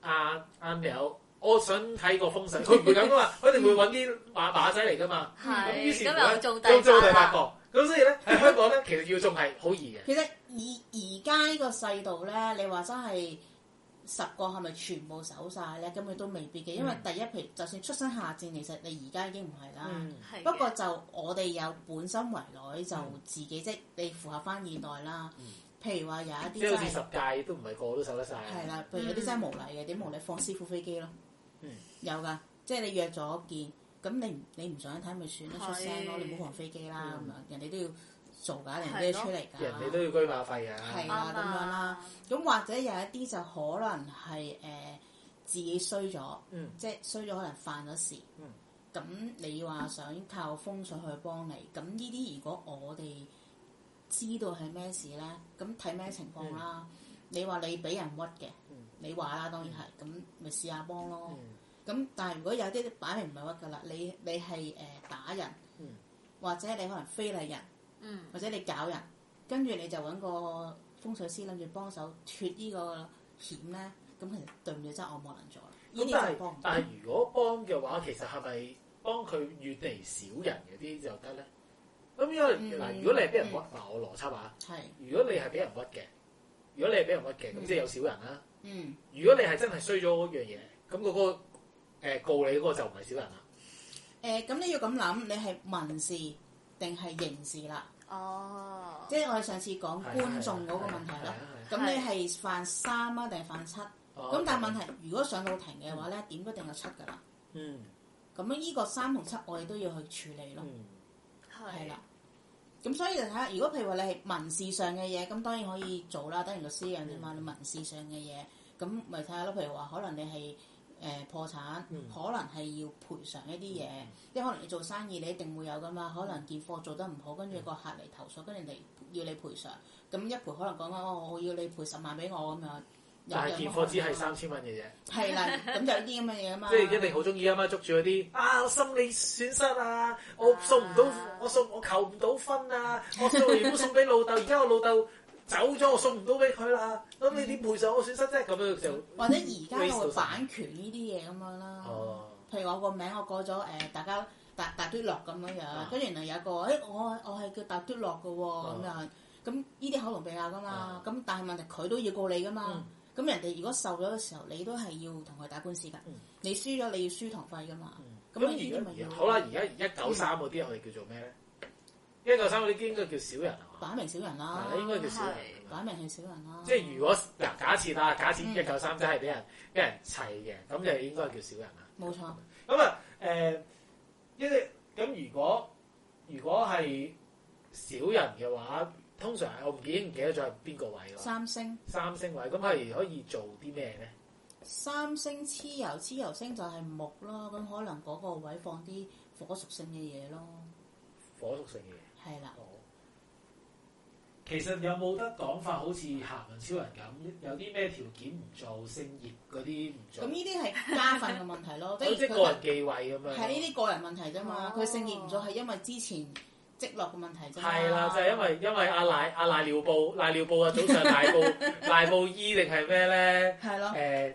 啊啱友，我想睇個風水，佢唔會咁噶嘛，佢一定會揾啲馬馬仔嚟噶嘛。咁於
係，
是
咁又中
中
第
咗第八
八啦，
個，咁所以咧喺香港咧，其實要中係好易嘅。
其實而而家呢個世道咧，你話真係十個係咪全部守晒咧？根本都未必嘅，因為
嗯
第一譬如就算出身下戰，其實你而家已經唔係啦。
嗯
係
不
嘅
過就我哋有本身為內，就
嗯
自己即你符合翻現代啦。譬如話有一啲
即係
真
好似
係
十屆都唔係個個都守得晒。
係啦，譬如有啲真係無禮嘅，點無禮放師傅飛機咯。
嗯
有噶，即係你約咗見，咁你唔你唔想睇咪算咯，出聲咯，
係
你唔好放飛機啦咁
嗯
樣，人哋都要做㗎，人哋都要出嚟㗎。
人哋都要居馬費
係
啊。
啊
啱
咁樣啦
啊，
咁或者有一啲就可能係誒、呃自己衰咗，
嗯
即係衰咗可能犯咗事。
嗯
咁、你話想靠風水去幫你，咁呢啲如果我哋知道係咩事咧，咁睇咩情況啦。你話你俾人屈嘅，
嗯
你話啦，當然係，咁咪試下幫咯。
嗯
咁、但係如果有啲擺明唔係屈噶啦，你你係誒、呃打人，
嗯
或者你可能非禮人。
嗯，
或者你搞人，跟住你就揾個風水師諗住幫手脱呢個險咧，咁其實對唔住真係我冇能做啦。呢
咁
啲
但
就
係
幫唔到
但係如果幫嘅話，其實係咪幫佢越嚟少人嗰啲就得咧？咁因為
嗯
嗱，如果你係俾人屈，嗱我邏輯啊，
係
如果你係俾人屈嘅，如果你係俾人屈嘅，咁
嗯
即係有少人啦。
嗯
如果你係真係衰咗嗰樣嘢，咁嗰個誒告你嗰個就唔係少人啦。
誒，咁、你要咁諗，你係民事定係刑事啦？
哦，
即係我哋上次講
係啊
觀眾嗰個問題
係
啦
啊。
咁
係啊係啊
你係犯三啊定係犯七？咁
係啊係啊
但係問題，如果上到庭嘅話咧，點都一定有七㗎啦。
嗯
咁樣呢個三同七，我哋都要去處理咯。
嗯
係啦。咁所以就睇下，如果譬如話你係民事上嘅嘢，咁當然可以做啦，等於律師一樣啫嘛。
嗯
你民事上嘅嘢，咁咪睇下咯。譬如話，可能你係誒、呃破產，
嗯
可能係要賠償一啲嘢，因為可能你做生意你一定會有噶嘛。可能件貨做得唔好，跟住個客嚟投訴，跟住你要你賠償，咁一賠可能講緊哦，我要你賠十萬俾我咁樣。有
但係件貨只係，
有
三千蚊嘅啫，
乜可能係啦，咁就呢啲咁嘅嘢啊 嘛。
即係一定好中意啊嘛，捉住嗰啲啊我心理損失啊，我送唔到
啊，
我送我求唔到婚 啊，我送完都送俾老豆，而家我老豆走咗，我送唔到俾佢啦，咁你點賠償我損失啫？咁樣就
或者而家
waste 到
我會
曬
版權呢啲嘢咁樣啦。
哦，
譬如我個名我改咗誒、呃大家大大嘟樂咁樣
啊
樣，跟住然後有一個誒、欸我我係叫大嘟樂嘅喎咁樣，咁呢啲口同鼻拗噶嘛
啊，
咁、但係問題佢都要告你噶嘛
嗯，
咁、人哋如果受咗嘅時候，你都係要同佢打官司㗎，
嗯
你輸咗你要輸堂費㗎嘛，咁
咁
呢啲咪
而家
要
而好啦，而家一九三嗰啲我哋叫做咩咧？一九三嗰啲應該叫少人係嘛？
擺明小人啦，
係應該叫少人係嘛。
擺明係小人啦，
即啊係如果嗱假設啦，假設
嗯
一九三真係俾人俾人砌嘅，咁就應該叫少人啦。
冇錯，
咁啊，誒，因為咁如果如果係少人嘅話，通常我唔記唔記得咗係邊個位啦。
三星
三星位，咁係可以做啲咩咧？
三星黐油黐油星就係木咯，咁可能嗰個位放啲火屬性嘅嘢咯，
火屬性嘅嘢。
係啦。
哦其實有冇得講法？好似行運超人咁，有啲咩條件唔做，姓葉嗰啲唔做
咁，呢啲係家訓嘅問 題咯，
好似
係佢
個人忌諱咁樣。
係呢啲個人問題啫嘛，
哦
佢性熱唔咗係因為之前積落嘅問題啫嘛。
係啦，就係因為因為阿賴阿賴尿 布賴尿布啊，早上賴布賴布衣定係咩咧？
係咯，
誒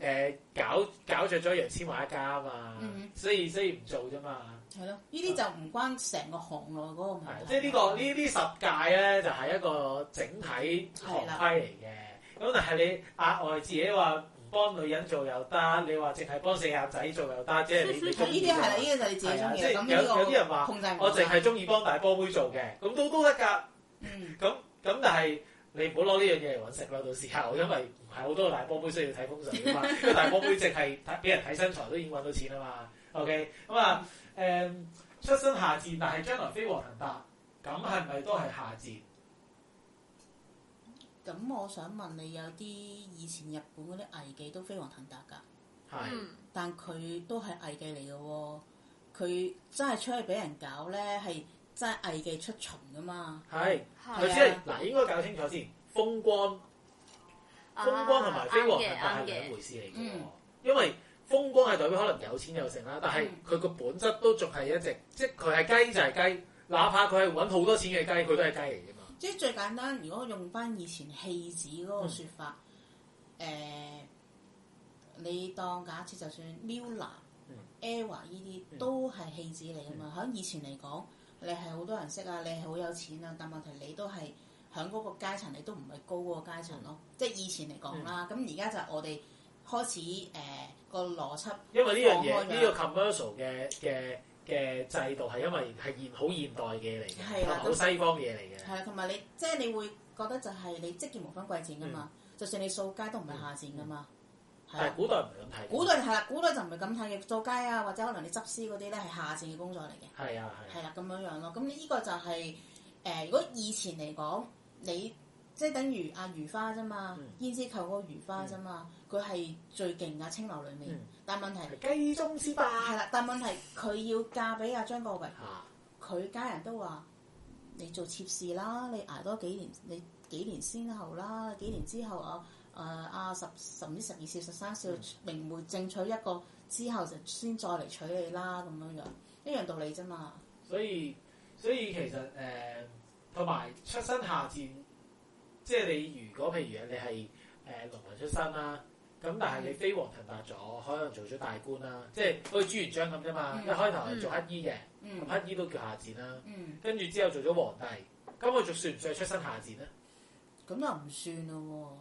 誒搞搞着咗楊千嬅一家啊嘛
嗯，
所以所以唔做啫嘛。
係咯，呢啲就唔關成個行內嗰個問題。
即係呢個呢啲十屆咧，就係一個整體行規嚟嘅。咁但係你額外自己話唔幫女人做又得，你話淨係幫四眼仔做又得，即係你你中
呢
意
啲係啦，
啫嘛
呢啲就係你自己中意
係啊即
啦。咁
係有有啲人
呢個
話
控制唔
我
到
淨係
啦。
中意幫大波妹做嘅，咁都都得㗎。
嗯，
咁咁但係你唔好攞呢樣嘢嚟揾食啦，到時候因為唔係好多大波妹需要睇風水 噶嘛，因為大波妹淨係睇俾人睇身材都已經揾到錢啦嘛。OK，咁啊誒出身下賤，但係將來飛黃騰達，咁係咪都係下賤？
咁我想問你，有啲以前日本嗰啲藝妓都飛黃騰達㗎，
係
嗯，
但佢都係藝妓嚟嘅喎。佢真係出去俾人搞咧，係真係藝妓出巡㗎嘛。
係，頭
係
啊
先係嗱應該搞清楚先，風光
À,
啊
風光同埋飛黃騰達
啊
係
啱嘅啱
兩
嘅
回事嚟嘅喎
嗯，
因為風光係代表可能有錢有剩啦，但係佢個本質都仲係一隻，即係佢係雞就係雞，哪怕佢係揾好多錢嘅雞，佢都係雞嚟㗎嘛。
即係最簡單，如果用翻以前戲子嗰個説法，誒、
嗯
你當假設就算 Mila、
嗯
Era 呢啲都係戲子嚟噶嘛，喺、以前嚟講，你係好多人識啊，你係好有錢啊，但問題你都係喺嗰個階層，你都唔係高嗰個階層
嗯
咯。即係以前嚟講啦，咁而家就係我哋開始誒、個邏輯，
因為呢樣嘢
放開咗
呢個 commercial 嘅嘅嘅制度係因為係現好現代嘅嘢嚟嘅，
係
同埋
啦
好西方嘅嘢嚟
係啦，啊同埋你即係你會覺得就係你職業無分貴賤噶嘛，就算你掃街都唔係下賤噶嘛，係
嘅。但
啊
嗯係。古代唔係咁睇，
古代係啦，古代就唔係咁睇嘅，做街啊，或者可能你執屍嗰啲咧係下線嘅工作嚟嘅，
係啊係
係
啊
啦咁樣樣咯。咁呢個就係、呃如果以前嚟講，你即係等於阿如花啫嘛
嗯，
胭脂扣嗰個如花啫嘛，佢係最勁嘅青樓裏面
嗯，
但問題
係雞中之霸
係啦，但問題佢要嫁俾阿張國榮，
嚇，
佢家人都話你做妾侍啦，你捱多幾年，你幾年先後啦，幾年之後啊，誒、啊十十唔知十二少十三少
嗯
明媒正娶一個之後就先再嚟娶你啦，咁樣樣一樣道理啫嘛。
所以所以其實誒同埋出身下賤，即係你如果譬如你係誒農民出身啦。咁但係你飛黃騰達咗，可能做咗大官啦，即係好似朱元璋咁啫嘛。
嗯
一開頭係做乞衣嘅，
嗯
咁乞衣都叫下賤啦。
嗯，
跟住之後做咗皇帝，咁佢仲算唔算係出身下賤咧？
咁又唔算咯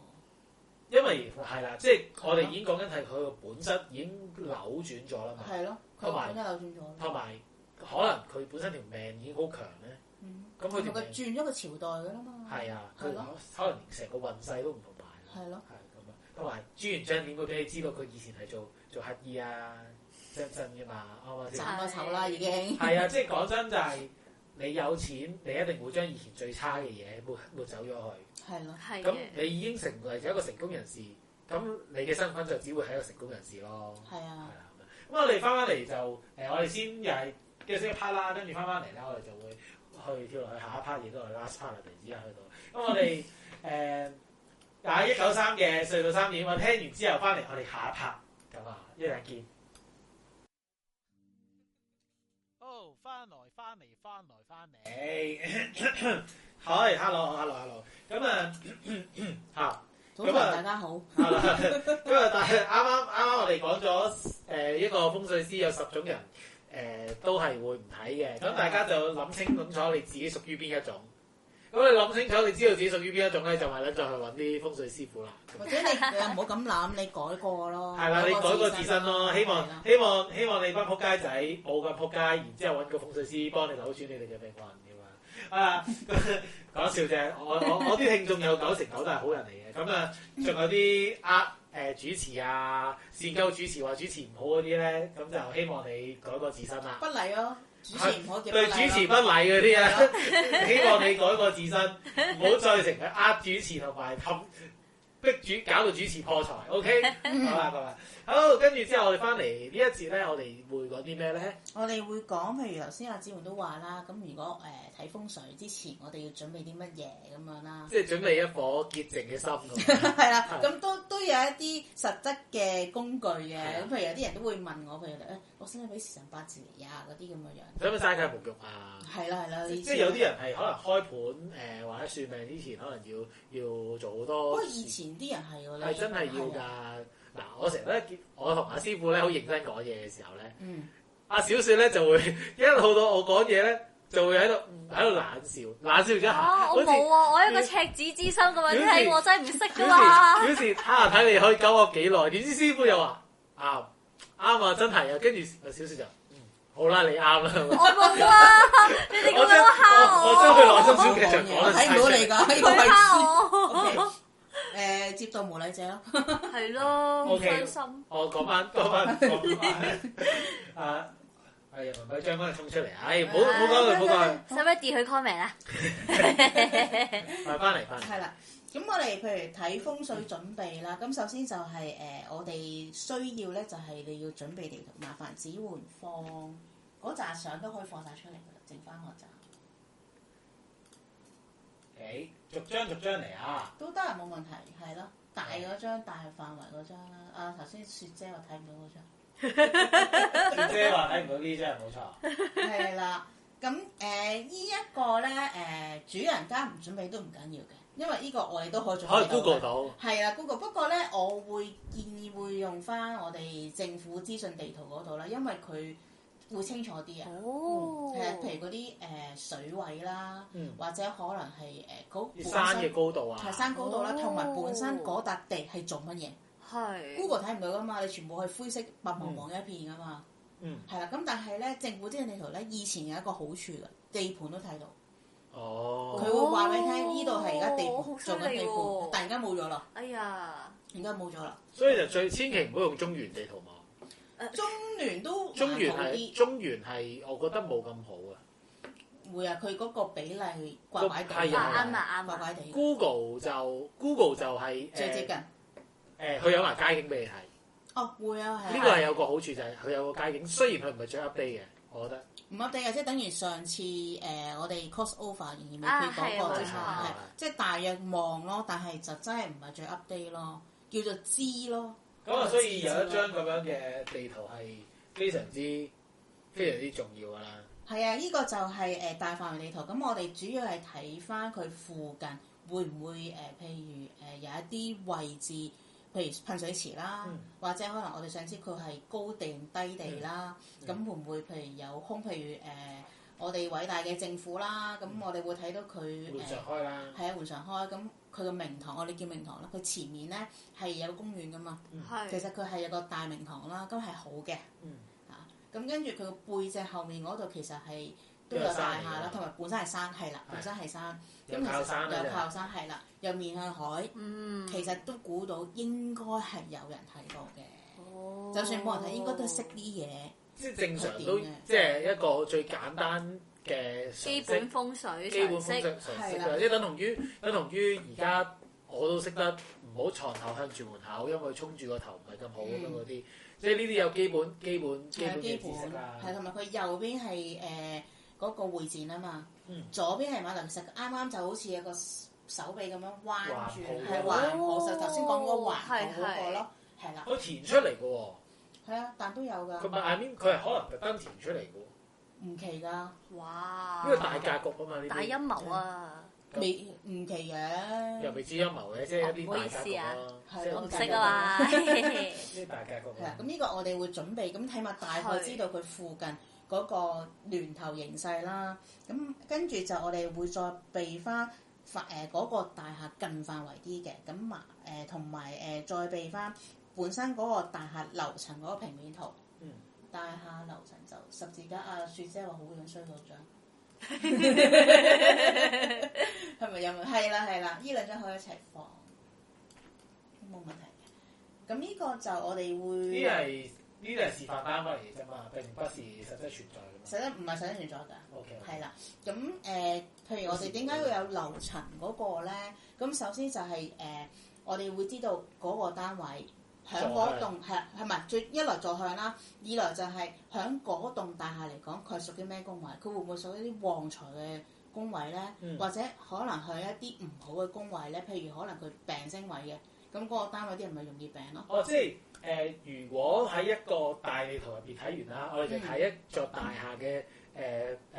因為係啦，即係我哋已經講緊係佢個本質已經扭轉咗啦
喎，
嘛，
係咯，佢
同埋
講一扭轉咗咯，
同埋可能佢本身條命已經好強咧，
嗯，
咁佢
同埋
條
佢
命
轉咗個朝代噶啦嘛，
係啊，佢
係咯
可能成個運勢都唔同埋啦，
係咯，
係咁啊，同埋朱元璋點會俾你知道佢以前係做做乞衣啊、真真嘅嘛，啱唔啱先？
斬咗頭啦已經，
係啊，即係講真就係你有錢，你一定會將以前最差嘅嘢抹抹走咗佢。
係啊咯，
係
咁
嘅，
你已經成為咗一個成功人士，咁你嘅身份就只會係一個成功人士咯。
係
係
啊，
啦，咁我哋翻翻嚟就誒，我哋先又係嘅先一 part 啦，跟住翻翻嚟啦，我哋就會去跳落去下一 part，亦都係 last part 啦，突然之間去到。咁我哋誒打一九三嘅隧道三點，我聽完之後翻嚟，我哋下一 part 咁啊，一陣見。
哦，翻來翻嚟翻來翻嚟，
誒，係，hello，hello，hello，咁啊， 嚇。
早晨
咁啊
大家好，
係啦，咁啊，但係啱啱啱啱我哋講咗誒一個風水師有十種人誒、都係會唔睇嘅，咁大家就諗清楚你自己屬於邊一種。咁你諗清楚，你知道自己屬於邊一種咧，就咪咧再去揾啲風水師傅啦。咁
或者你你又唔好咁諗，你改過咯，
係啦，你改個自身咯，希
啊係啦
望希望希望你班撲街仔冇咁撲街，然之後揾個風水師幫你扭轉你哋嘅命運咁樣啊！講笑啫，我我我啲聽眾有九成九都係好人嚟嘅，咁啊，仲有啲呃誒主持啊、善鳩主持話主持唔好嗰啲咧，咁就希望你改個自身啦。
不禮咯，主持唔好叫不
對主持
禮
不
咯。
禮嗰啲
係
啊， 希望你改個自身，唔好再成日呃主持同埋氹逼主搞到主持破財。OK，好 啦，各位，好，跟住之後我哋翻嚟呢一節咧，我哋會講啲咩咧？，
我哋會講，譬如頭先阿子桓都話啦，咁如果誒睇、風水之前，我哋要準備啲乜嘢咁樣啦
即係準備一顆潔淨嘅心咁 樣。
係啦，
係
咁都都有一啲實質嘅工具嘅，
係啊
咁譬如有啲人都會問我，譬如誒、我使唔使俾時辰八字嚟啊嗰啲咁嘅樣，
使唔使嘥曬沐浴啊？
係啦係啦，
即
呢
即係有啲人係可能開盤誒、或者算命之前，可能要要做好
不
多
過
事。
以前啲人係㗎啦，
係真係要
係啊，
㗎。嗱，我成日咧見我同阿師傅咧好認真講嘢嘅時候咧。
嗯，
阿小雪咧就會一路到我講嘢咧，就就會喺度喺度冷笑，冷笑咗一下，
嗯啊！
好
我
似
冇啊，我一個赤子之心咁樣聽，
表示
我真係唔識噶
表
嘛。
示表示啊，睇你可以搞我幾耐？點知師傅又話啱啱啊，真係啊，跟住小雪就嗯好啦，你啱啦。
我 冇啊！你哋
我
咁
將
樣哎蝦
我將
我，
佢內心小劇
講
場
嘢
講
哦我
得
睇
曬。
唔到你㗎，呢個
佢
係
蝦我，
誒接到無禮者咯。
係咯，唔
OK
傷心。
我哦講翻講翻講翻啊！係人民幣將軍衝出嚟，唉，唔好唔好
啊
講佢，唔好講
使唔使 d 佢 comment 啊？
佢，翻嚟翻嚟。
係啦，咁我哋譬如睇風水準備啦，咁首先就係、呃我哋需要咧就係、你要準備地圖，麻煩指換放嗰扎相都可以放晒出嚟噶啦，剩翻我扎
誒，逐張逐張嚟啊！
都得冇問題，係咯，大嗰張大範圍嗰張啦，啊頭先雪姐話睇唔到嗰張。
雪姐話哎睇唔到呢張，冇錯。
係啦，咁誒依一個咧誒、主人家唔準備都唔緊要嘅，因為呢個我哋都可以做
可以 Google 啊到。
係啦，Google。不過咧，我會建議會用翻我哋政府資訊地圖嗰度啦，因為佢會清楚啲啊。
哦，
係啊，譬如嗰啲誒水位啦，
嗯
或者可能係誒嗰
啲山嘅
本
高度啊，
身係山高度啦，
哦
同埋本身嗰笪地係啊做乜嘢
係。
？Google 睇唔到噶嘛，你全部係灰色白茫茫一片噶嘛。
嗯，
係啦，咁但係咧，政府資訊地圖咧，以前有一個好處嘅，地盤都睇到，佢
哦，
會話俾你聽，呢度係而家地
哦好
盤
犀
做
利
緊地盤，
喎
突然間冇咗啦，
哎呀，
而家冇咗啦。
所以就最千祈唔好用中原地圖網，
中聯都
中原
還好
係
啲，
中原係我覺得冇咁好啊。
會啊，佢嗰個比例怪怪地，
都係
啊
啊
啱啊啱
怪
啊，
怪地，
Google 就 Google 就係
最接近
誒。誒，佢有埋街景俾你睇，
哦，會啊，係
呢
啊
個係有個好處就係佢有個街景，雖然佢唔係最 update 嘅，我覺得
唔 update 嘅，即係等於上次誒、呃我哋 cross over 仍然未
啊
講過，
係
就
冇
係
錯
係即係大約望咯，但係就真係唔係最 update 咯，叫做知咯。
咁啊，所以有一張咁樣嘅地圖係非常之非常之重要㗎啦。
係啊，呢、個就係、呃大範圍地圖。咁我哋主要係睇翻佢附近會唔會誒、呃譬如誒、呃有一啲位置，譬如噴水池啦，
嗯
或者可能我哋想知佢係高地定低地啦。咁、
嗯
會唔會譬如有空？譬如誒、呃我哋偉大嘅政府啦，咁我哋會睇到佢誒
嗯會上開啦，
係啊，換上開。咁佢個明堂，我哋叫明堂啦。佢前面咧係有個公園噶嘛。嗯其
係
實佢係有個大明堂啦，咁係好嘅。
嗯。
啊，咁跟住佢個背脊後面嗰度其實係都
都有
有大
山嚟㗎
廈啦，同埋本身係山，係啦，
係
本身係山。
有靠山
有
啦，
靠山係啦，又面向海，
嗯，
其實都估到應該係有人睇過嘅。
哦
就算冇人睇，應該都識啲嘢。
即係正常都即係一個最簡單嘅常
基
識
本風水
基本
常
風
識。
常常識
係
啦，
啦
即係等同於等同於而家我都識得唔好床頭向住門口，因為衝住個頭唔係咁好咁樣嗰啲，即係呢啲有基本基本基
係啊
本
基
嘅
本
知識啊啦。
係同埋佢右邊係誒嗰個會展啊嘛
嗯，
左邊係馬來西亞，啱啱就好似有個手臂咁樣彎住，
環抱
係
嗰個
環抱就頭先講嗰個
哦
環抱嗰
係
個
係
咯，係啦，
佢填出嚟嘅喎，
係啊，但都有
佢
㗎，
咪 I mean 佢係可能特登填出嚟嘅喎，
唔奇㗎。
哇！
呢個大格局啊嘛呢
大
啲，
陰謀啊！
未唔奇嘅，
又未知陰謀嘅，即係一啲大格局
哦
咯，即係
好
我
呢
唔
意思啊
識啊嘛，
啲大格局
係啦
啊。
咁呢個我哋會準備，咁起碼大概知道佢附近嗰個聯頭形勢啦。咁跟住就我哋會再備翻範誒嗰個大廈近範圍啲嘅，咁埋誒同埋誒再備翻本身嗰個大廈樓層嗰個平面圖。
嗯
大廈樓層就十字架啊，雪姐話好樣衰嗰張。係咪有問？係啦係啦，呢兩張可以一齊放，冇問題嘅。咁呢個就我哋
呢
會
啲係呢啲係示範單位嚟啫嘛，並不是實質存在嘅嘛。
實質唔係實質存在㗎，
O K，
係啦。咁誒、呃譬如我哋點解會有樓層嗰個咧？咁首先就係、呃我哋會知道嗰個單位響嗰
坐
棟係係咪最一來坐向啦，二來就係響嗰棟大廈嚟講，佢係屬於咩工位？佢會唔會屬於啲旺財嘅工位咧？
嗯
或者可能佢一啲唔好嘅工位咧？譬如可能佢病徵位嘅，咁嗰個單位啲人咪容易病咯。
哦，即係誒、呃如果喺一個大地圖入邊睇完啦，我哋
嗯
就睇一座大廈嘅誒誒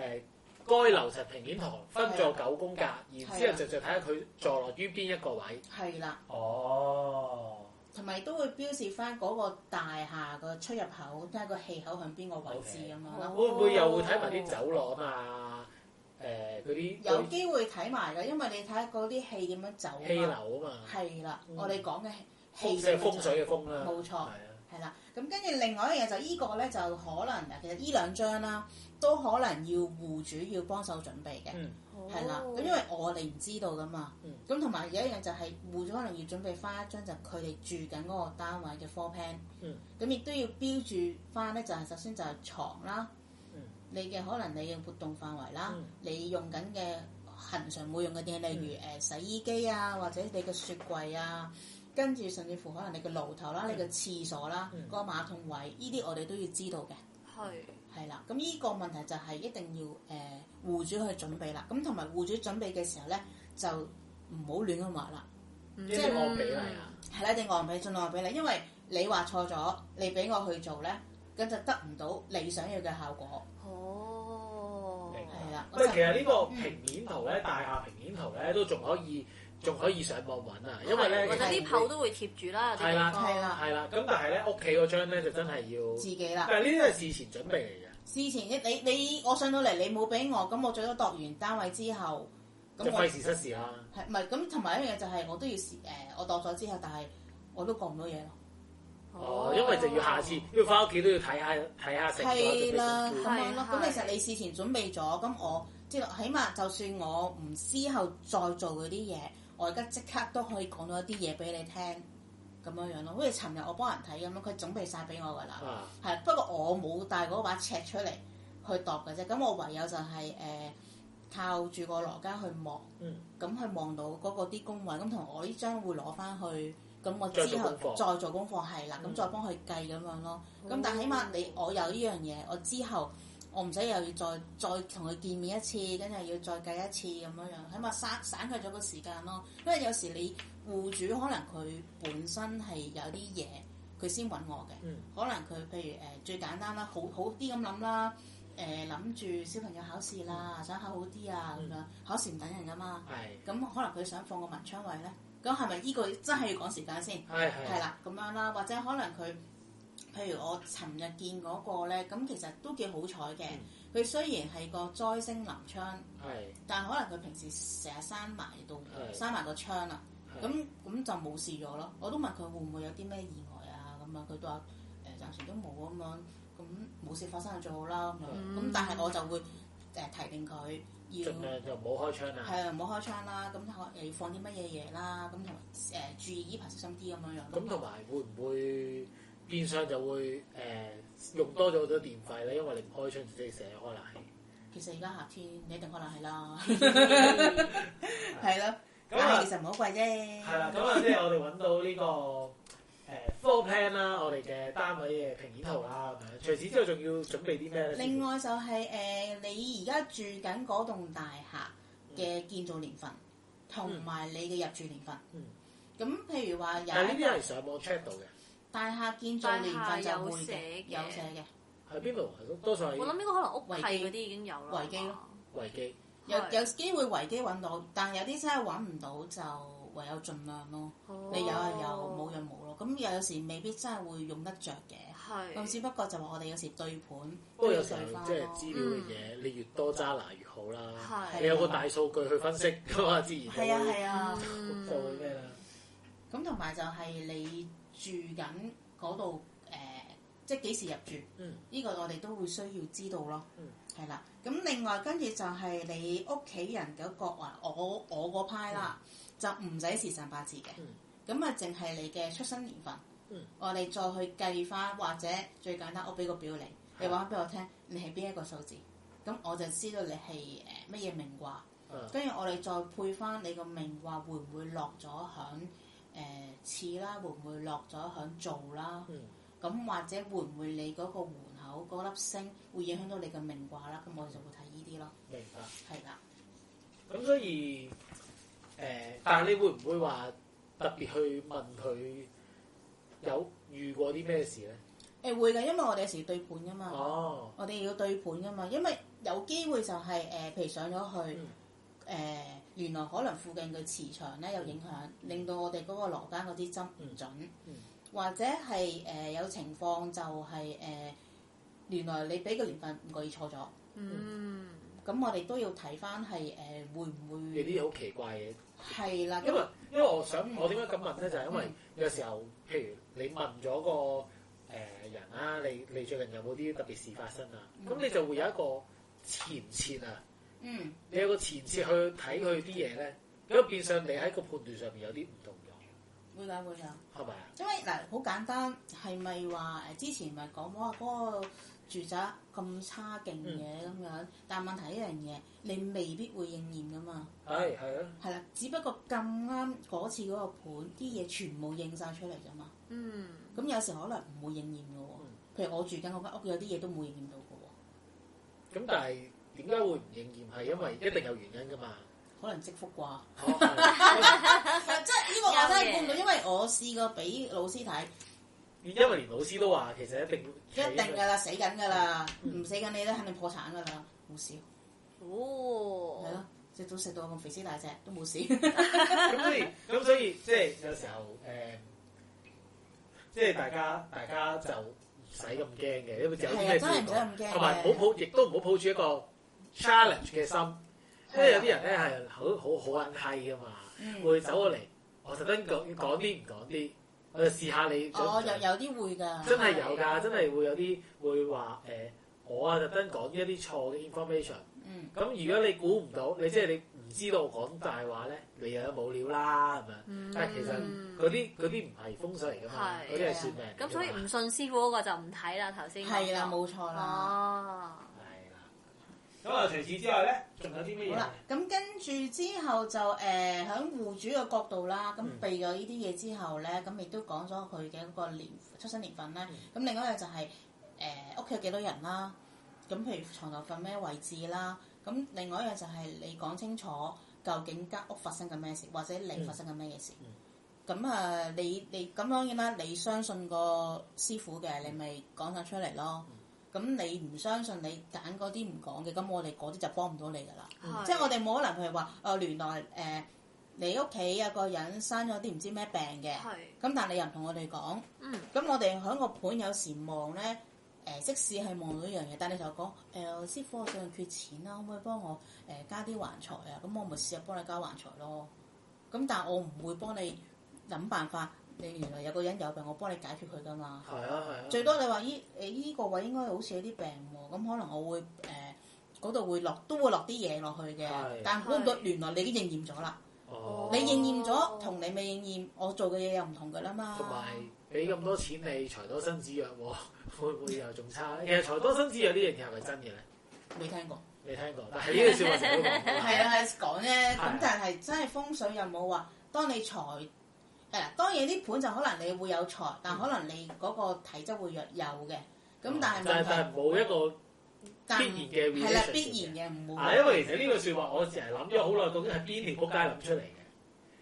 該樓層平面圖分咗九宮格，
啊
然之後就就睇下佢坐落於邊一個位。
係啦。
哦，
同埋都會標示翻嗰個大廈個出入口，睇下個氣口向邊個位置咁樣
Okay.
咯。
會唔會又會睇埋啲走廊啊？誒嗰啲
有
嗰啲
機會睇埋㗎，因為你睇下嗰啲戲點樣走
氣流
啊嘛，
啊嘛，
係啦，
嗯
我哋講嘅
風
氣
即係風水嘅風啦，
冇錯
係啊。
係啦，咁跟住另外一樣就依個咧，就可能其實呢兩張啦，都可能要戶主要幫手準備嘅，
嗯，
係啦。咁因為我哋唔知道噶嘛
嗯，
咁同埋有一樣就係戶主可能要準備翻一張就佢哋住緊嗰個單位嘅 floor plan，
嗯
咁亦都要標注翻咧，就係首先就係床啦
嗯，
你嘅可能你嘅活動範圍啦
嗯，
你用緊嘅恒常會用嘅嘢，例
嗯
如誒洗衣機啊，或者你嘅雪櫃啊。跟住甚至乎可能你嘅爐頭啦、你嘅廁所啦、
嗯
個馬桶位，呢啲我哋都要知道嘅，
係
係啦。咁呢個問題就係一定要誒、呃、戶主去準備啦。咁同埋戶主準備嘅時候咧，就唔好亂咁畫啦，嗯
即係按比例啊，
係啦，一定按比盡量按比例，因為你畫錯咗，你俾我去做咧，咁就得唔到你想要嘅效果，
哦，
明
係啦。
喂，
我
其
就
實呢個平面圖咧，大廈平面圖咧都仲可以，仲可以上網揾啊，因為咧
或者
其實
啲鋪都會貼住啦，有啲
係啦
地方
係啦
係啦，咁但係咧屋企嗰張咧就真係
自
要，
己啦。
但係呢啲都係事前準備嚟嘅。
事前一你你我上到嚟，你冇俾我，咁我最多度完單位之後，
就
咁我
費事失事啊啦。
係唔係咁？同埋一樣嘢就係我都要試誒、我度咗之後，但係我都講唔到嘢咯。
哦，因為就要下次，因為翻屋企都要睇下睇下成
係
果
啊啦，咁
準備
樣咯。
係
咁其實你事前準備咗，咁我即係起碼就算我唔之後再做嗰啲嘢，我而家即刻都可以講到一啲嘢俾你聽，咁樣樣咯。好似尋日我幫人睇咁樣，佢準備晒俾我㗎啦。
啊，
係，不過我冇帶嗰把尺出嚟去度嘅啫。咁我唯有就係、呃靠住個羅家去望，
嗯
咁去望到嗰個啲工位，咁同我呢張會攞翻去，咁我
再做
之後
功課
再做功課係啦，咁
嗯
再幫佢計咁樣咯。咁但係起碼你我有呢樣嘢，我之後我唔使又要再再同佢見面一次，跟住又要再計一次咁樣樣，起碼省省佢咗個時間咯。因為有時你户主可能佢本身係有啲嘢佢先揾我嘅，
嗯
可能佢譬如誒、呃最簡單啦，好好啲咁諗啦。誒諗住小朋友考試啦，想考好啲啊咁樣，
嗯
考試唔等人噶嘛，
係
咁可能佢想放個文昌位咧，咁係咪呢個真係要講時間先？
係
係
係
啦，咁樣啦，或者可能佢，譬如我尋日見嗰個咧，咁其實都幾好彩嘅。
嗯
佢、雖然係個災星臨窗，
係
但可能佢平時成日閂埋到
係
閂埋個窗啦，
係
咁咁就冇事咗咯。我都問佢會唔會有啲咩意外啊咁啊，佢都話誒暫時都冇啊咁樣，咁冇事發生就最好啦咁樣。咁、
嗯
但係我就會誒、呃提定佢要
盡。量就唔好開窗啦。
係啊，唔好開窗啦，咁可又要放啲乜嘢嘢啦，咁同埋誒注意呢排小心啲咁樣樣咯。
咁同埋會唔會變相就會誒、用多咗好多電費咧？因為你唔開窗，自己成日開冷氣。
其實而家夏天你一定可能 係啦，係咯，
咁啊
但係其實唔好貴啫。
係啦，咁啊，即係我哋揾到呢、個誒 floor plan 啦，我哋嘅單位嘅平面圖啦，咁樣。除此之外，仲要準備啲咩咧？
另外就係、誒、你而家住緊嗰棟大廈嘅建造年份，同埋你嘅入住年份。
嗯
咁譬如話有
但係呢
一
啲
個
係上網 check 到嘅，
大廈建造年份就會嘅，
大廈有寫嘅
有寫嘅。
喺邊度？多數
我諗
係
應該可能屋契嗰啲已經有啦，
維基咯
維基。
有
係
有機會維基揾到，但有啲真係揾唔到就唯有盡量咯。
哦
你有就有，冇就冇咯。咁又有時未必真係會用得着嘅。
係
咁只不過就話我哋有時對盤
不過
都
有
要
時候
對翻
即係
咯。
資料嘅嘢，你越多揸拿越好啦。
係
你有個大數據去分析，咁啊，自然
係啊
就會
係啊，
嗯
就會咩啦？
咁同埋就係你住緊嗰度誒，即係幾時入住？
嗯，
呢個我哋都會需要知道咯。
嗯，
係啦。咁另外跟住就係你屋企人嗰個話，我我嗰派啦，就唔使時辰八字嘅
嗯。
咁啊，淨係你嘅出生年份。
嗯，
我哋再去計翻，或者最簡單，我俾個表你，
啊
你話翻俾我聽，你係邊一個數字？咁我就知道你係誒乜嘢命卦。
啊
跟住我哋再配翻你個命話會唔會落咗響誒次啦，會唔會落咗響做啦？
嗯
咁、或者會唔會你嗰個門口嗰粒星會影響到你嘅命卦啦？咁我哋就會睇呢啲咯，
明白。
係啦。
咁所以誒、但係你會唔會話特別去問佢有遇過啲咩事咧？
誒、會嘅，因為我哋有時對盤噶嘛，
哦，
我哋要對盤噶嘛，因為有機會就係、誒、譬如上咗去誒、
嗯
呃原來可能附近嘅磁場咧有影響，令到我哋嗰個羅間嗰啲針唔準，
嗯
或者係誒、有情呃況就係、誒、原來你俾個年份唔覺意錯咗，
嗯
咁我哋都要睇翻係誒會唔
有
會
啲好奇怪嘅。
係啦，
因為
咁
因為我想
嗯
我點解咁問咧，就係、因為
嗯
有時候譬如你問咗個誒、人啦、你你最近有冇啲特別事發生啊？咁、你就會有一個前設啊，
嗯
你有個前設去睇佢啲嘢咧，咁變相你喺個判斷上面有啲唔同咗，
會㗎會㗎。
係咪啊？
因為嗱，好簡單，係咪話誒？之前咪講哇，嗰、個住宅咁差勁嘅
嗯
咁樣，但問題一樣嘢，你未必會應驗噶嘛，
係係啊，
係啦。只不過咁啱嗰次嗰個盤啲嘢全部應晒出嚟啫嘛，
嗯，
咁有時可能唔會應驗嘅喎。譬如我住緊嗰間屋，有啲嘢都冇應驗到嘅
咁但係點解會唔應驗係因為一定有原因㗎嘛？
喎，可能積福啩。
嗯哦係
即係呢個我真
有
係
嘅
估唔到，因為我試過俾老師睇，
因為連老師都話其實一定
一定㗎啦，死緊㗎啦，唔死緊你都肯定破產㗎啦，冇事。係咯
哦，，
食到食到咁肥屍大隻都冇事。
咁 所以咁所以即係有時候誒、即係大家大家就唔使咁驚嘅，因為有啲
係啊，
咩
真係唔使咁驚
同埋唔好抱，亦都唔好抱住一個 challenge 嘅心，因為有啲人咧係好好好撚閪噶嘛，
嗯
會走過嚟，我特登講講啲唔講啲，我就試下你準唔
哦，
準。
有有啲會㗎，
真係有㗎，真係會有啲會話誒、我啊特登講一啲錯嘅 information。
嗯
咁如果你估唔到，你即係你唔知道我講大話咧，你又有冇料啦咁樣。但係其實嗰啲嗰啲唔係風水嚟㗎嘛，
係啊
嗰啲係算命嚟㗎嘛。
咁所以唔信師傅嗰個就唔睇啦，頭先嗰個
嗯係啦，冇錯啦。
哦，
係啦。咁啊，除此之外咧，仲有啲咩
好
嘢
啦？，咁跟住之後就誒喺戶主嘅角度啦，咁
嗯
避咗呢啲嘢之後咧，咁亦都講咗佢嘅嗰個年
嗯
出生年份咧。咁另外一樣就係誒屋企有幾多人啦，咁譬如床頭瞓咩位置啦，咁另外一樣就係你講清楚究竟間屋發生緊咩事，或者你
嗯
發生緊咩嘢事
嗯。
咁啊，你你咁當然啦，你相信個師傅嘅，你咪講晒出嚟咯。
嗯
咁你唔相信你揀嗰啲唔講嘅，咁我哋嗰啲就幫唔到你噶啦。
啊
嗯即係我哋冇可能譬如話，哦原來誒、呃你屋企有個人生咗啲唔知咩病嘅，咁
係，
但係你又唔同我哋講，
嗯，
咁我哋喺個盤有時望咧，誒、即使係望到一樣嘢，但係你就講誒、呃師傅我最近缺錢啦，可唔可以幫我誒、呃加啲橫財啊？咁我咪試下幫你加橫財咯。咁但係我唔會幫你諗辦法，你原來有個人有病，我幫你解決佢噶嘛。
係啊係啊。
最多你話依誒依個位應該好似有啲病喎，咁可能我會誒嗰度會落都會落啲嘢落去嘅
係，
但估唔到
係
原來你已經應驗咗啦。
哦
你應驗咗同你未應驗，我做嘅嘢又唔同噶啦嘛。
同埋俾咁多錢你，財多身子弱喎， 會唔會又仲差咧？其實財多身子弱呢樣嘢係咪真嘅咧？
未聽過，
未聽過，但係呢句説話成日都講過。
係啊係講
係
啫。咁但係真係風水又冇話，當你財誒當然啲盤就可能你會有財，
嗯
但可能你嗰個體質會弱有嘅。咁但係
哦但
問
係但
題
係冇一個
但
必然嘅
係啦
relationship，
必然嘅唔
啊，
會
因為其實呢句説話我成日諗咗好耐，究竟係邊條撲街諗出嚟嘅？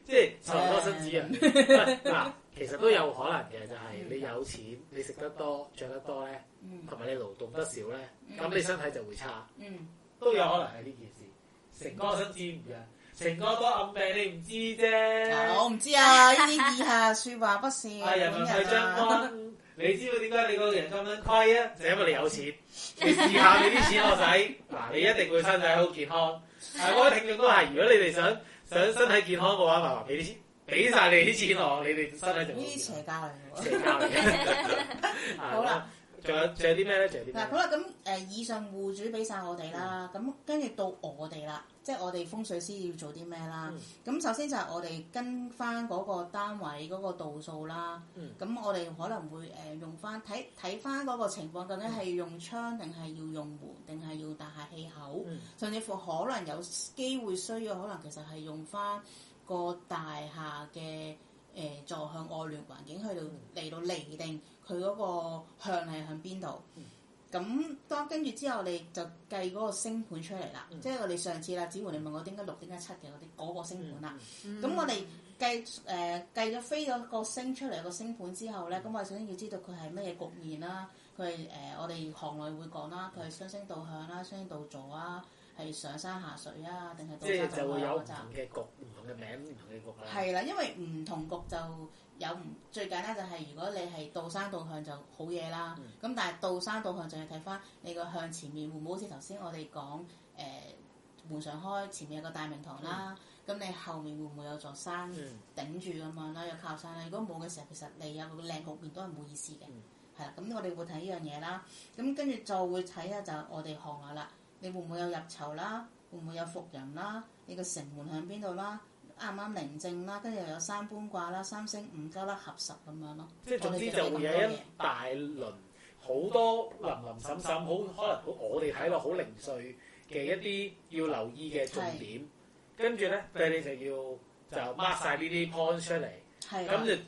即 係財多身子弱。嗱，其實都有可能嘅，就係你有錢，你食得多，着得多咧，
嗯
同埋你勞動得少咧，咁你身體就會差，
嗯
都有可能係呢件事。成哥身子唔弱，成哥多暗病你唔知啫。
我唔知啊，呢啲以下説話不是
啊！人民幣將軍， 你知道點解你個人咁樣虧啊？就因為你有錢，你試下你啲錢我使， 嗱你一定會身體好健 康。係各位聽眾都係，如果你哋想 想身體健康嘅話，麻煩俾啲錢，俾晒你啲錢我，你哋身體就
呢
會
啲邪教嚟嘅 喎。
邪教嚟嘅。
好啦，
仲有仲有啲咩咧？仲有啲
嗱，
咩
好？啦，咁誒、以上户主俾晒我哋啦，咁跟住到我哋啦，即係我哋風水師要做啲咩啦？咁、首先就係我哋跟翻嗰個單位嗰個度數啦，
嗯
咁、我哋可能會誒、用翻睇睇翻嗰個情況，究竟係用窗定係要用門，定係要大廈氣口，
嗯
甚至乎可能有機會需要，可能其實係用翻個大廈嘅。誒、坐向外聯環境去到嚟到釐定佢嗰個向係向邊度，咁當跟住之後，你就計嗰個星盤出嚟啦。即係我哋上次啦，子桓你問我點解六點解七嘅嗰啲嗰個星盤啦。
嗯
咁、
嗯
我哋計誒、呃、計咗飛咗個星出嚟個星盤之後咧，咁我哋首先要知道佢係乜嘢局面啦。佢係誒呃我哋行內會講啦，佢係雙星導向啦、雙星導座啊，係上山下水啊，定係
即係
倒山
就
倒
會有
海
唔
嗰扎
同。嘅局，唔同嘅名，唔同嘅局啦。
係啊啦，因為唔同局就有唔最簡單就係如果你係倒山倒向就好嘢
嗯
啦，咁、但係倒山倒向就要睇翻你個向前面會唔會好似頭先我哋講誒呃門上開，前面有個大明堂啦，咁、你後面會唔會有座山
嗯
頂住咁樣啦，有靠山啦？如果冇嘅時候，其實你有個靚局面都係冇意思嘅
嗯，
係啦、咁我哋會睇呢樣嘢啦，咁跟住就會睇下就係我哋行下啦，你會唔會有入囚啦？會唔會有服人啦？你個城門喺邊度啦？啱唔啱寧靜啦？跟住又有三搬卦啦、三星五交啦、合十咁樣咯。
即係總之就會有一大輪好多林林沈沈，好可能好我哋睇落好零碎嘅一啲要留意嘅重點，跟住咧佢哋就要就 mark 晒呢啲 point 出嚟，
係啊啦
咁，就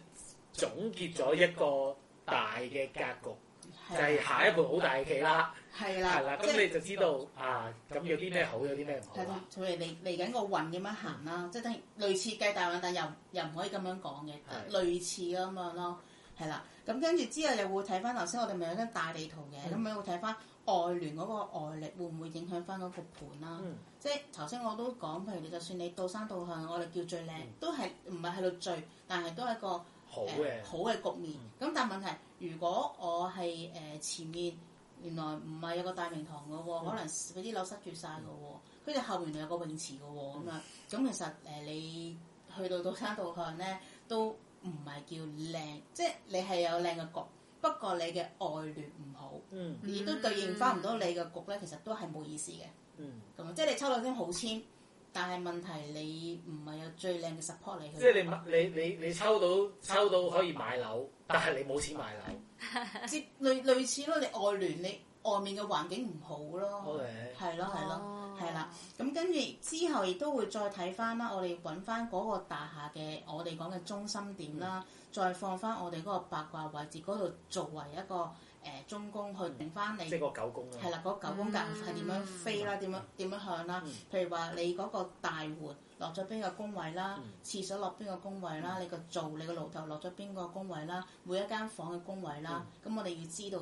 總結咗一個大嘅格局，就係
係啦
下一步好大嘅棋啦，
係
係
啦
啦，，
即
咁
係
你就知道啊，咁有啲咩好，有啲咩唔好
係
啦
啦。，佢哋嚟嚟緊個運點樣行啦，即係等於類似計大運，但又又唔可以咁樣講嘅，
係
類似咁樣咯，係啦。咁跟住之後又會睇翻頭先我哋咪有張大地圖
嗯
嘅，咁樣會睇翻外聯嗰個外力會唔會影響翻嗰個盤啦。
嗯
即係頭先我都講，譬如你就算你到山到向，我哋叫最靚，
嗯
都係唔係喺度最，但係都係一啊個。
好
誒
嘅，
呃
嗯
好嘅局面。咁、但係問題，如果我係誒、前面原來唔係有個大明堂嘅喎，
嗯
可能俾啲樓塞住晒嘅喎，跟住後面有個泳池嘅喎，咁樣
嗯
咁其實誒、呃你去到到山道向咧都唔係叫靚，即係你係有靚嘅局，不過你嘅外聯唔好，
嗯
亦都對應翻唔到你嘅局咧，其實都係冇意思嘅。
嗯，
咁啊樣即係你抽到張好籤，但係問題你唔係有最靚嘅 support 你去。
即係你買你你你抽到抽到可以買樓，但係你冇錢買樓。
接類類似咯，你外聯你外面嘅環境唔好咯
OK，
係咯係
哦
咯，係啦。咁跟住之後亦都會再睇翻啦，我哋揾翻嗰個大廈嘅我哋講嘅中心點啦，再放翻我哋嗰個八卦位置嗰度作為一個誒、呃中宮去定翻你
即係個啊九宮啦。
係啦，嗰九宮格係點樣飛啦？點樣點樣向啦？譬如話你嗰個大門落咗邊個宮位啦，廁所落邊個宮位啦，你個灶、你個爐頭落咗邊個宮位啦，每一間房嘅宮位啦，咁我哋要知道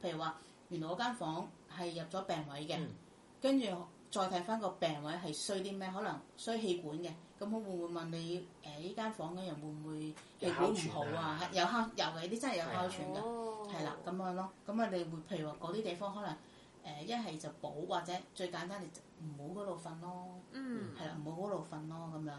咗。譬如話，原來嗰間房係入咗病位嘅
嗯，
跟住再睇翻個病位係衰啲咩？可能衰氣管嘅，咁我會唔會問你誒呢間房嘅人會唔會氣管唔好啊？有哮有嘅，啲真係有哮喘嘅。
哦，
係啦，咁樣咯。咁啊，你會譬如話嗰啲地方可能誒一係就補，或者最簡單你就唔好嗰度瞓咯，
嗯，
係啦，唔好嗰度瞓咯咁樣。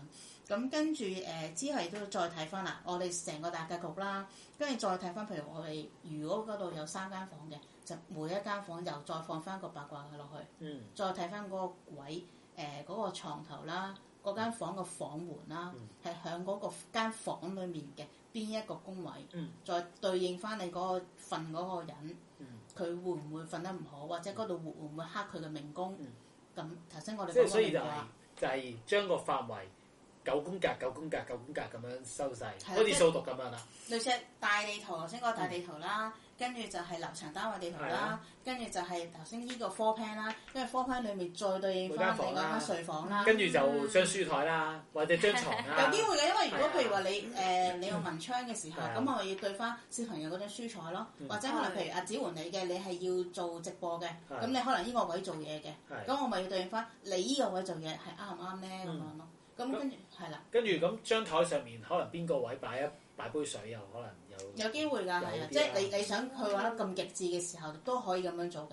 咁跟住誒之後亦都再睇翻啦，我哋成個大格局啦，跟住再睇翻，譬如我哋如果嗰度有三間房嘅，就每一間房又再放翻個八卦嘅落去。
嗯
再睇翻嗰個位，誒、嗰、個床頭啦，嗰間房個房門啦，
嗯
係響嗰個間房裡面嘅邊一個工位，
嗯
再對應翻你嗰、個瞓嗰個人，
嗯
佢、會唔會瞓得唔好，或者嗰度會會唔會黑佢嘅命宮？咁頭先我哋
嗯即係
講
所以就
過
係
啦
就係將個範圍九宮格、九宮格、九宮格咁樣收細，
係啦啊
好似數獨咁樣啦。
類似大地圖，頭先嗰個大地圖啦，跟住就係樓層單位地圖
嗯係
啦
啊，
跟住就係頭先呢個 floor plan 啦，因為 floor plan 裡面再對應
每
翻
間房
你嗰
啦
間睡房啦。
跟住就張書台啦，或者張床
嗯有
啦。
機會嘅，因為如果
係啊
譬如話你誒、你有文昌嘅時候，
係啊嗯
咁我要對翻小朋友嗰張書彩咯，或者可能譬如阿子桓你嘅，你係要做直播嘅，
係
咁你可能呢個位做嘢嘅，
係
咁我咪要對應翻你呢個位做嘢係啱唔啱咧咁
嗯
樣咯。咁跟住係啦，
跟住咁張台上面可能邊個位擺一擺杯水，又可能有
有機會㗎，係啊，
啲
即係
啦
你你想佢玩得咁極致嘅時候，都可以咁樣做嘅，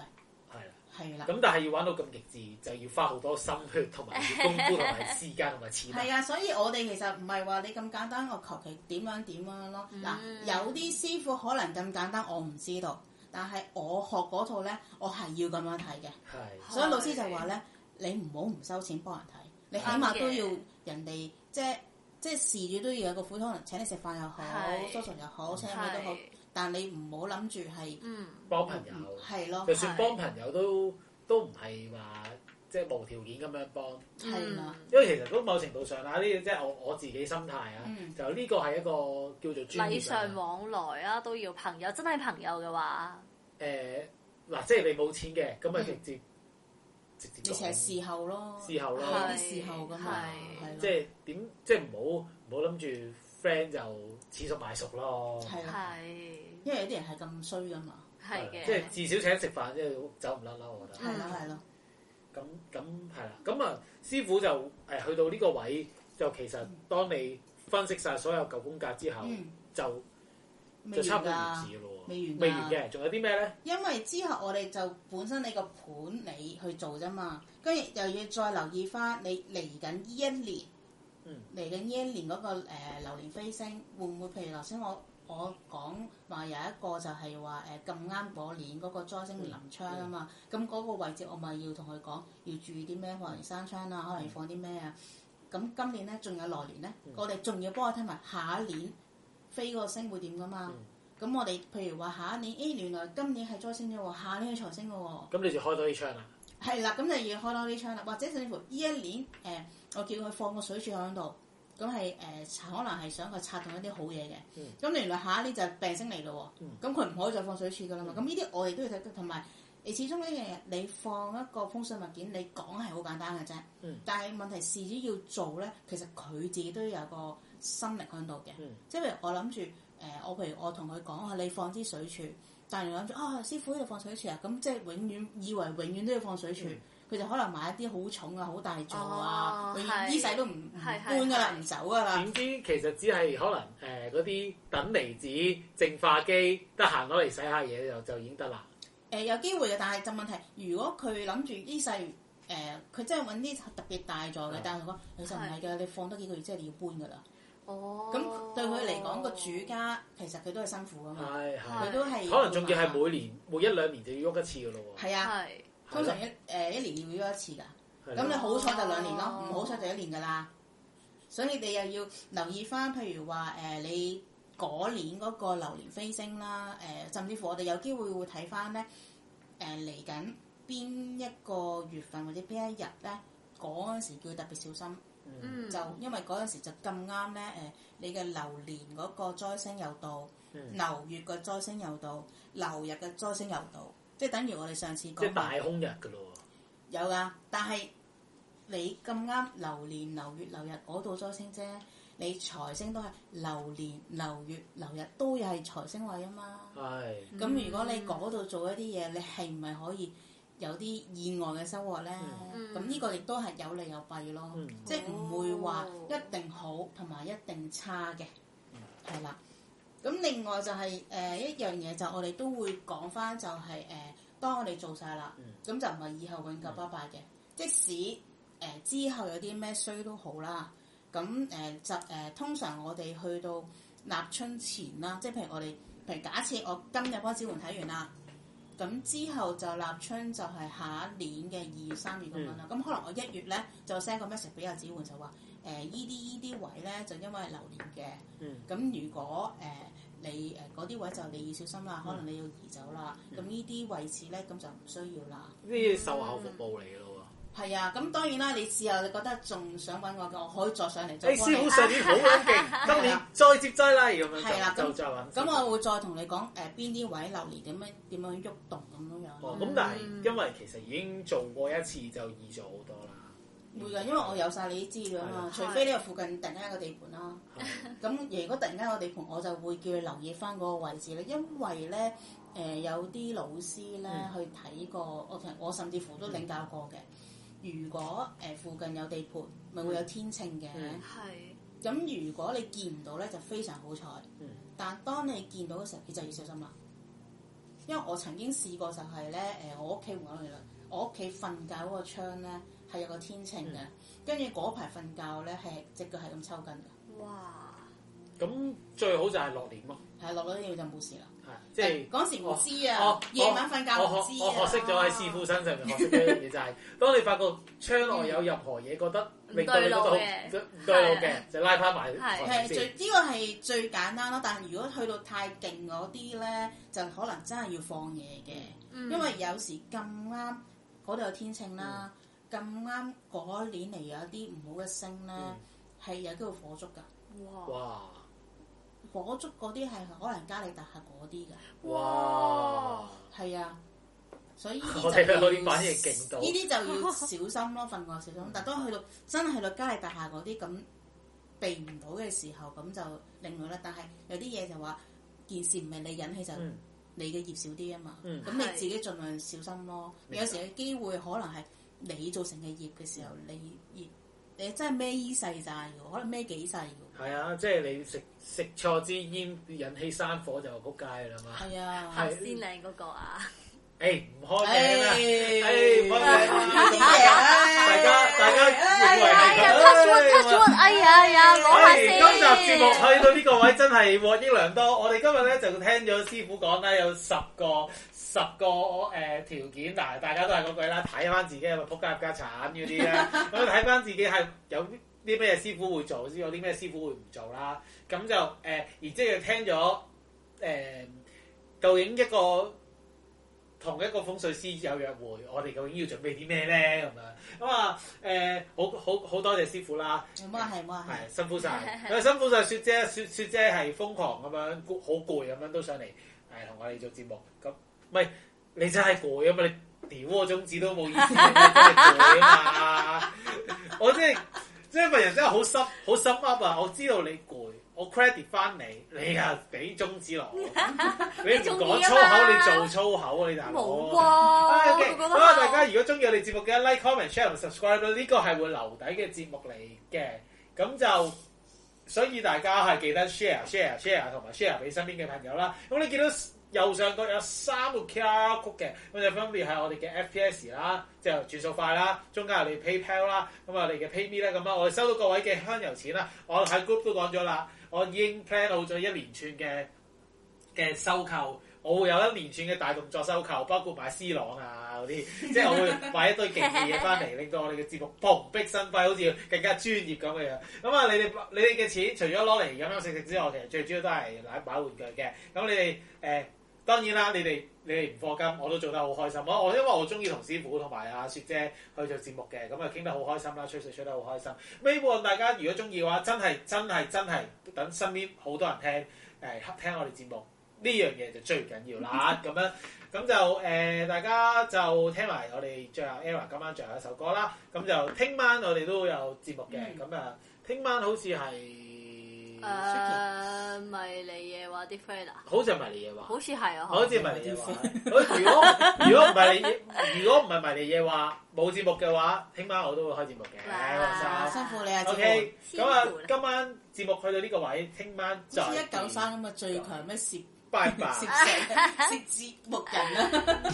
係啦。
係啦。
咁但係要玩到咁極致，就要花好多心血同埋功夫同埋時間同埋錢
係
啦。
啊，所以我哋其實唔係話你咁簡單，我求其點樣點樣咯。嗱、有啲師傅可能咁簡單，我唔知道，但係我學嗰套咧，我係要咁樣睇嘅。
係
所以老師就話咧，你唔好唔收錢幫人睇，你起碼都要人哋即係即係事主都要有個款，可能請你食飯又好
係，
梳唇又好，請你咩都好
係，，
但你唔好諗住係
嗯，
幫朋友，
哦係咯
就，算幫朋友都都唔係話即係無條件咁樣幫。
嗯
係啦，
因為其實都某程度上啊啦，呢啲即係我我自己心態啊，
嗯
就呢個係一個叫做專
禮
業
尚
啊。
往來啊，都要朋友，真係朋友嘅話，
誒嗱、即係你冇錢嘅，咁咪
嗯
直接、直接
你成日
講
事後咯，
事後
係
咯
有，啲事後㗎嘛
係
係
即係點即係唔好唔好諗住 friend 就黐熟買熟咯，
係啊啦，
係
因為有啲人係咁衰噶嘛，
係
即係
嘅，
至少請食飯即係走唔甩啦，我覺得。
係咯係咯，
咁咁係啦，咁啊師傅就誒、去到呢個
嗯
位，就其實當你分析晒所有舊宮格之後，
嗯
就就
未
差
完
唔啊多完
㗎，
事咯
未
喎。
完㗎
未完嘅，仲有啲咩咧？
因為之後我哋就本身你個盤你去做啫嘛，跟住又要再留意翻你嚟緊呢一年
嗯，
嚟緊呢一年嗰、個、呃、流年飛升會唔會？譬如頭先我我講話有一個就係話誒咁啱嗰年嗰個災星臨窗啊嘛，咁
嗯
嗰、個位置我咪要同佢講要注意啲咩，可能生窗啊，可能放啲咩啊。咁今年咧仲有來年咧，我哋仲要幫我聽埋下一年飛個星會點噶嘛？咁、我哋譬如話下一年，咦原來今年係災星嘅喎，下年係財星嘅喎。
咁你就開多啲窗啦。
係啦，咁就要開多啲窗啦，或者甚至乎呢一年誒、呃我叫佢放個水柱喺度，咁係誒可能係想佢策動一啲好嘢嘅。
嗯
咁、原來下一年就係病星嚟咯喎，咁佢唔可以再放水柱噶啦嘛。
嗯
咁呢啲我哋都要睇，同埋你始終呢樣嘢，你放一個風水物件，你講係好簡單嘅啫，
嗯
但係問題事主要做咧，其實佢自己都有個心力喺度嘅。
嗯
即係譬如我諗住誒，我譬如我同佢講啊，你放支水柱，但係你諗住啊，師傅呢度放水柱啊，咁即係永遠以為永遠都要放水柱，
嗯
佢、就可能買一啲好重啊、好大座啊，
哦
永遠
係
呢世都唔唔
係係
搬㗎啦，
係
唔走㗎啦
點。知其實只係可能誒呃嗰啲等離子淨化機，得閒攞嚟洗下嘢就就已經得啦。
誒、有機會嘅，但係就問題，如果佢諗住呢世誒，佢真係揾啲特別大座嘅
嗯，
但係佢講其實唔係㗎，你放多幾個月之後你要搬㗎啦。
哦，
咁對佢嚟講，個主家其實佢都係辛苦㗎嘛，
係
佢
係，
都哦係
可能仲要
要
係每年每一兩年就要喐一次噶咯喎。
係啊，
係
通常一誒、一年要喐一次㗎。
係
咁
啦
你好彩就兩年咯，
哦
唔好彩就一年噶啦。所以你哋又要留意翻，譬如話誒、呃你嗰年嗰個流年飛升啦，誒、呃甚至乎我哋有機會會睇翻咧，誒嚟緊邊一個月份或者邊一日咧，嗰陣時叫特別小心，
嗯
就因為嗰陣時就咁啱咧，誒、你嘅流年嗰個災星又到，
嗯
流月嘅災星又到，流日嘅災星又到，即係等於我哋上次
即
講
係大空日噶咯
有噶，但係你咁啱流年流月流日嗰度災星啫，你財星都係流年流月流日都係財星位啊嘛。
喎。係
咁、如果你嗰度做一啲嘢，你係唔係可以有啲意外嘅收穫咧？
嗯
咁呢、個亦都係有利有弊咯，
嗯
即係唔會話
哦
一定好同埋一定差嘅，係啦、咁另外就係、呃一樣嘢就我哋都會講翻就係、誒、當我哋做晒啦，咁、就唔係以後永久拜拜嘅，即使誒、呃之後有啲咩衰都好啦。咁誒、呃就誒、呃通常我哋去到立春前啦，即係譬如我哋，譬如假設我今日幫子桓睇完啦，咁之後就立春就係下一年嘅二月三月咁樣啦。咁、可能我一月咧就 send 個 message 俾阿子桓就話誒依啲依啲位咧就因為係流年嘅。
嗯
咁如果誒、呃你誒嗰啲位就你要小心啦，可能你要移走啦。咁呢啲位置咧，咁就唔需要啦。
呢啲售後服務嚟嘅咯
係啊，咁當然啦，你事後你覺得仲想揾我嘅，我可以再上嚟
喎。誒
再幫
哎師傅。
你
上年好撚勁，今年再接再厲咁
啊係
樣
啦咁
就就再揾。
咁我會再同你講誒邊啲位流年點樣點樣喐動咁樣樣
哦
咯。
咁，但係
嗯
因為其實已經做過一次就易咗好多啦。
會㗎，因為我有晒你啲資料啊嘛，除非呢個附近突然間有個地盤啦。咁如果突然間有地盤，我就會叫佢留意翻嗰個位置咧，因為咧誒、有啲老師咧、
嗯
去睇過，我同我甚至乎都領教過嘅。如果誒、附近有地盤，咪會有天秤嘅。
嗯
係
咁如果你見唔到咧，就非常好彩。
嗯
但當你見到嘅時候，你就要小心啦。因為我曾經試過就係咧，誒、我屋企換咗嚟啦，我屋企瞓覺嗰個窗咧係有個天秤嘅，
嗯
跟住嗰排瞓覺咧係只腳係咁抽筋嘅，
哇，
咁最好就係落年咯，
係落咗啲嘢就冇事啦。
係即係。
嗰時唔知
哦
啊，夜晚瞓覺唔
我學我
知
學
啊。
識咗喺師傅身上面學識一樣嘢，就係當你發覺窗外有任何嘢覺得令到你覺得好
唔對
唔對路嘅，就拉翻埋
係
台
最
先。
呢個係最簡單咯，但係如果去到太勁嗰啲咧，就可能真係要放嘢嘅。
嗯
因
因為有時咁啱嗰度有天秤啦，
嗯
咁啱嗰年嚟有一啲唔好嘅星咧，係、有機會火燭㗎。
哇
嗯哇！
火燭嗰啲係可能加利達克嗰啲㗎，
哇！
係啊，所以呢
我
啲
睇
就
佢
要
嗰啲反應勁到嗯
呢啲就要小心咯，份外小心。但當去到真係去到加利達克嗰啲咁避唔到嘅時候，咁就另外啦。但係有啲嘢就話件事唔係你引起就。
嗯
你嘅業少啲啊嘛，咁、
嗯
你自己盡量小心咯。
明白
有時嘅機會可能係你造成嘅業嘅時候，你業你真係孭依世債嘅，可能孭幾世嘅。
係啊，即係你食食錯支煙引起山火就撲街啦嘛。
係啊，
係
行先靚嗰個啊，
誒唔開名
哎
啦，誒唔
誒
開名啦，大
大
家大家認為
哎呀，touch wood，touch
係佢。
wood，哎呀呀，攞下
唉
先。
哎今集節目去到呢個位真係獲益良多。我哋今日咧就聽咗師傅講啦，有十個十個誒、呃、條件，嗱大家都係嗰句啦，睇翻自己係咪撲街入家產嗰啲咧， 咁睇翻自己係有啲咩師傅會做，有啲咩師傅會唔做啦。咁就誒、呃而即係聽咗誒、呃究竟一個同一個風水師有約會，我哋究竟要準備啲咩咧？咁樣咁啊誒，好好好多謝師傅啦。
有冇啊係冇啊
係
係。
辛苦晒，因為辛苦晒雪姐，雪雪姐係瘋狂咁樣，攰好攰咁樣都上嚟誒同我哋做節目。咁唔係你真係攰啊嘛，你屌我中指都冇意思，你真係攰啊嘛！ 我真係即係份人真係好心好心噏啊！我知道你攰，我 credit 翻你，你又俾中指落我，你唔講粗口，你做粗口，你大佬。
冇
啊
喎，
，OK，
我覺得
好啦，大家如果中意我哋節目嘅 like、comment、share 同 subscribe 啦，呢個係會留底嘅節目嚟嘅，咁就所以大家係記得 share、share、share 同埋 share 俾身邊嘅朋友啦。咁你見到右上角有三個 QR code 嘅，咁就分別係我哋嘅 FPS 啦，即係轉數快啦，中間有你 PayPal 啦，咁我哋嘅 PayMe 啦，咁啊我哋收到各位嘅香油錢啦，我喺 group 都講咗啦，我已經 plan 好咗一連串嘅。嘅收購，我會有一連串嘅大動作收購，包括買 C 朗啊嗰啲，即係我會買一堆勁嘅嘢翻嚟，令到我哋嘅節目蓬蓽生輝，好似更加專業咁嘅樣。咁啊，你哋你哋嘅錢除咗攞嚟飲飲食食之外，其實最主要都係買買玩具嘅。咁你哋誒、呃、當然啦，你哋你哋唔課金，我都做得好開心。我我因為我中意同師傅同埋阿雪姐去做節目嘅，咁啊傾得好開心啦，吹水吹得好開心。尾部大家如果中意嘅話，真係真係真係等身邊好多人聽誒、呃聽我哋節目。呢樣嘢就最緊要 啦，咁樣咁就誒、呃大家就聽埋我哋最後 era 今晚最後一首歌啦，咁就聽晚我哋都有節目嘅，
嗯
咁啊聽晚好似係，
誒，迷你嘢話啲 friend 啊，
好似係迷你嘢話，
好似係啊，
好似迷你嘢話，好如果如果唔係你，如果唔係迷你嘢話冇節目嘅話，聽晚我都會開節目嘅，
哇
放心
辛苦你啊，
O
志
K，咁
辛苦
啊
啦
今晚節目去到呢個位，聽晚再
好似一
見
九三咁啊，最強咩攝
拜拜。
攝石攝節目人啊！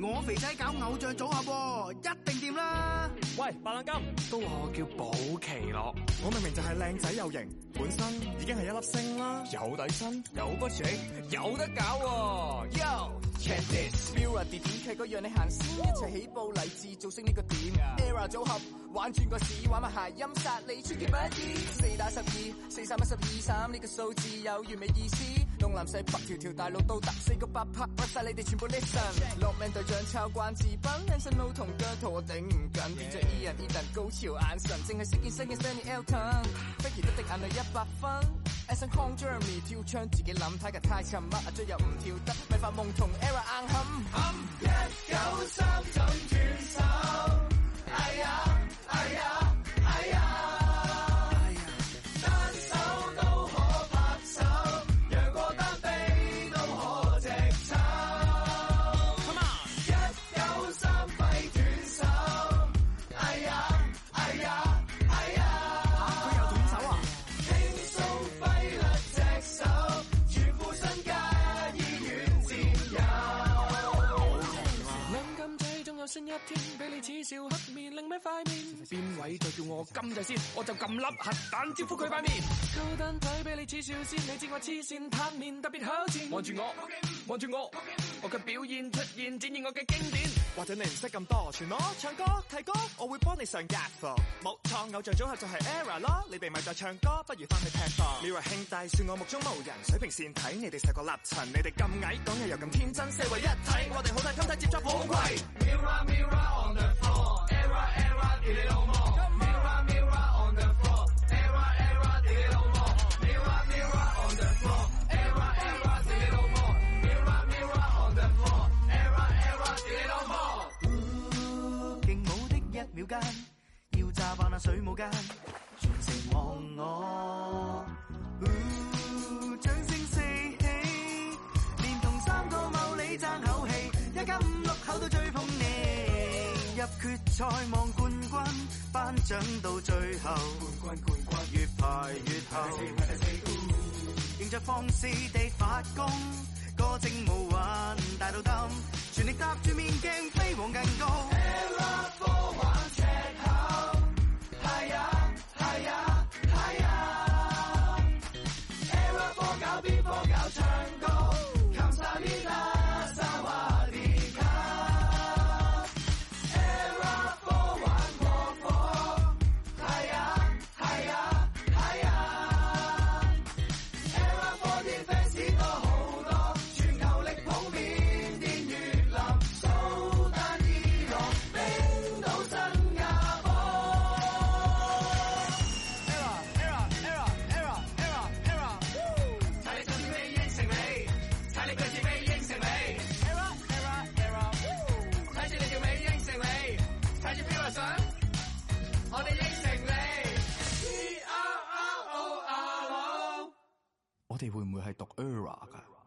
我肥仔搞偶像組合喎，一定掂啦！
喂，白冷金，
都話我叫寶奇樂，
我明明就係靚仔又型，本身已經係一粒星啦。
有底薪，有骨氣，有得搞喎、Yo check this，
Bill 啊，碟片劇嗰樣你行先，一齊起步勵志做升呢個點。Era 組合玩轉個市，玩埋諧音殺你出其不意。四打十二，四三一十二三呢個數字有完美意思。東南西北條條大路都搭，四個八拍屈晒你哋全部 listen。落命隊長抄關智斌，靚身佬同姜濤我頂唔緊變咗 E 人 E 人高潮眼神，淨係識見新嘅 Stanley Elton，不如得滴眼淚一百分。Action Kong Jeremy 跳窗自己諗，太近太沉默，阿追又唔跳得，咪發夢同 Era 硬冚。佢又斷手啊！
兩金仔仲有新一天，俾你恥笑黑面，另咩塊面？邊位再叫我金仔先，我就撳粒核彈招呼佢塊面。高登仔俾你恥笑先，你知我黐線拍面特別口賤。望住我，望住我，我嘅表現出現，展現我嘅經典。
或者你唔識咁多，全我唱歌睇歌，我會幫你上格課。冇錯，偶像組合就係 Era 咯，你哋咪就唱歌，不如翻去踢波。你話兄弟算我目中無人，水平線睇你哋細個立塵，你哋咁矮，講嘢又咁天真，四圍一體，我哋好大襟睇，接咗好貴。
劲舞的一秒間，要炸爆那水舞間，全城望我。Ooh，掌聲四起，連同三個某你爭口氣，一家五六口都追捧你。一
決賽望冠軍，頒獎到最後，冠軍冠軍越排越後，迎着放肆地發功，歌精舞韻大到氹，全力搭住面鏡飛往更高。
我哋會唔會係讀 era 㗎？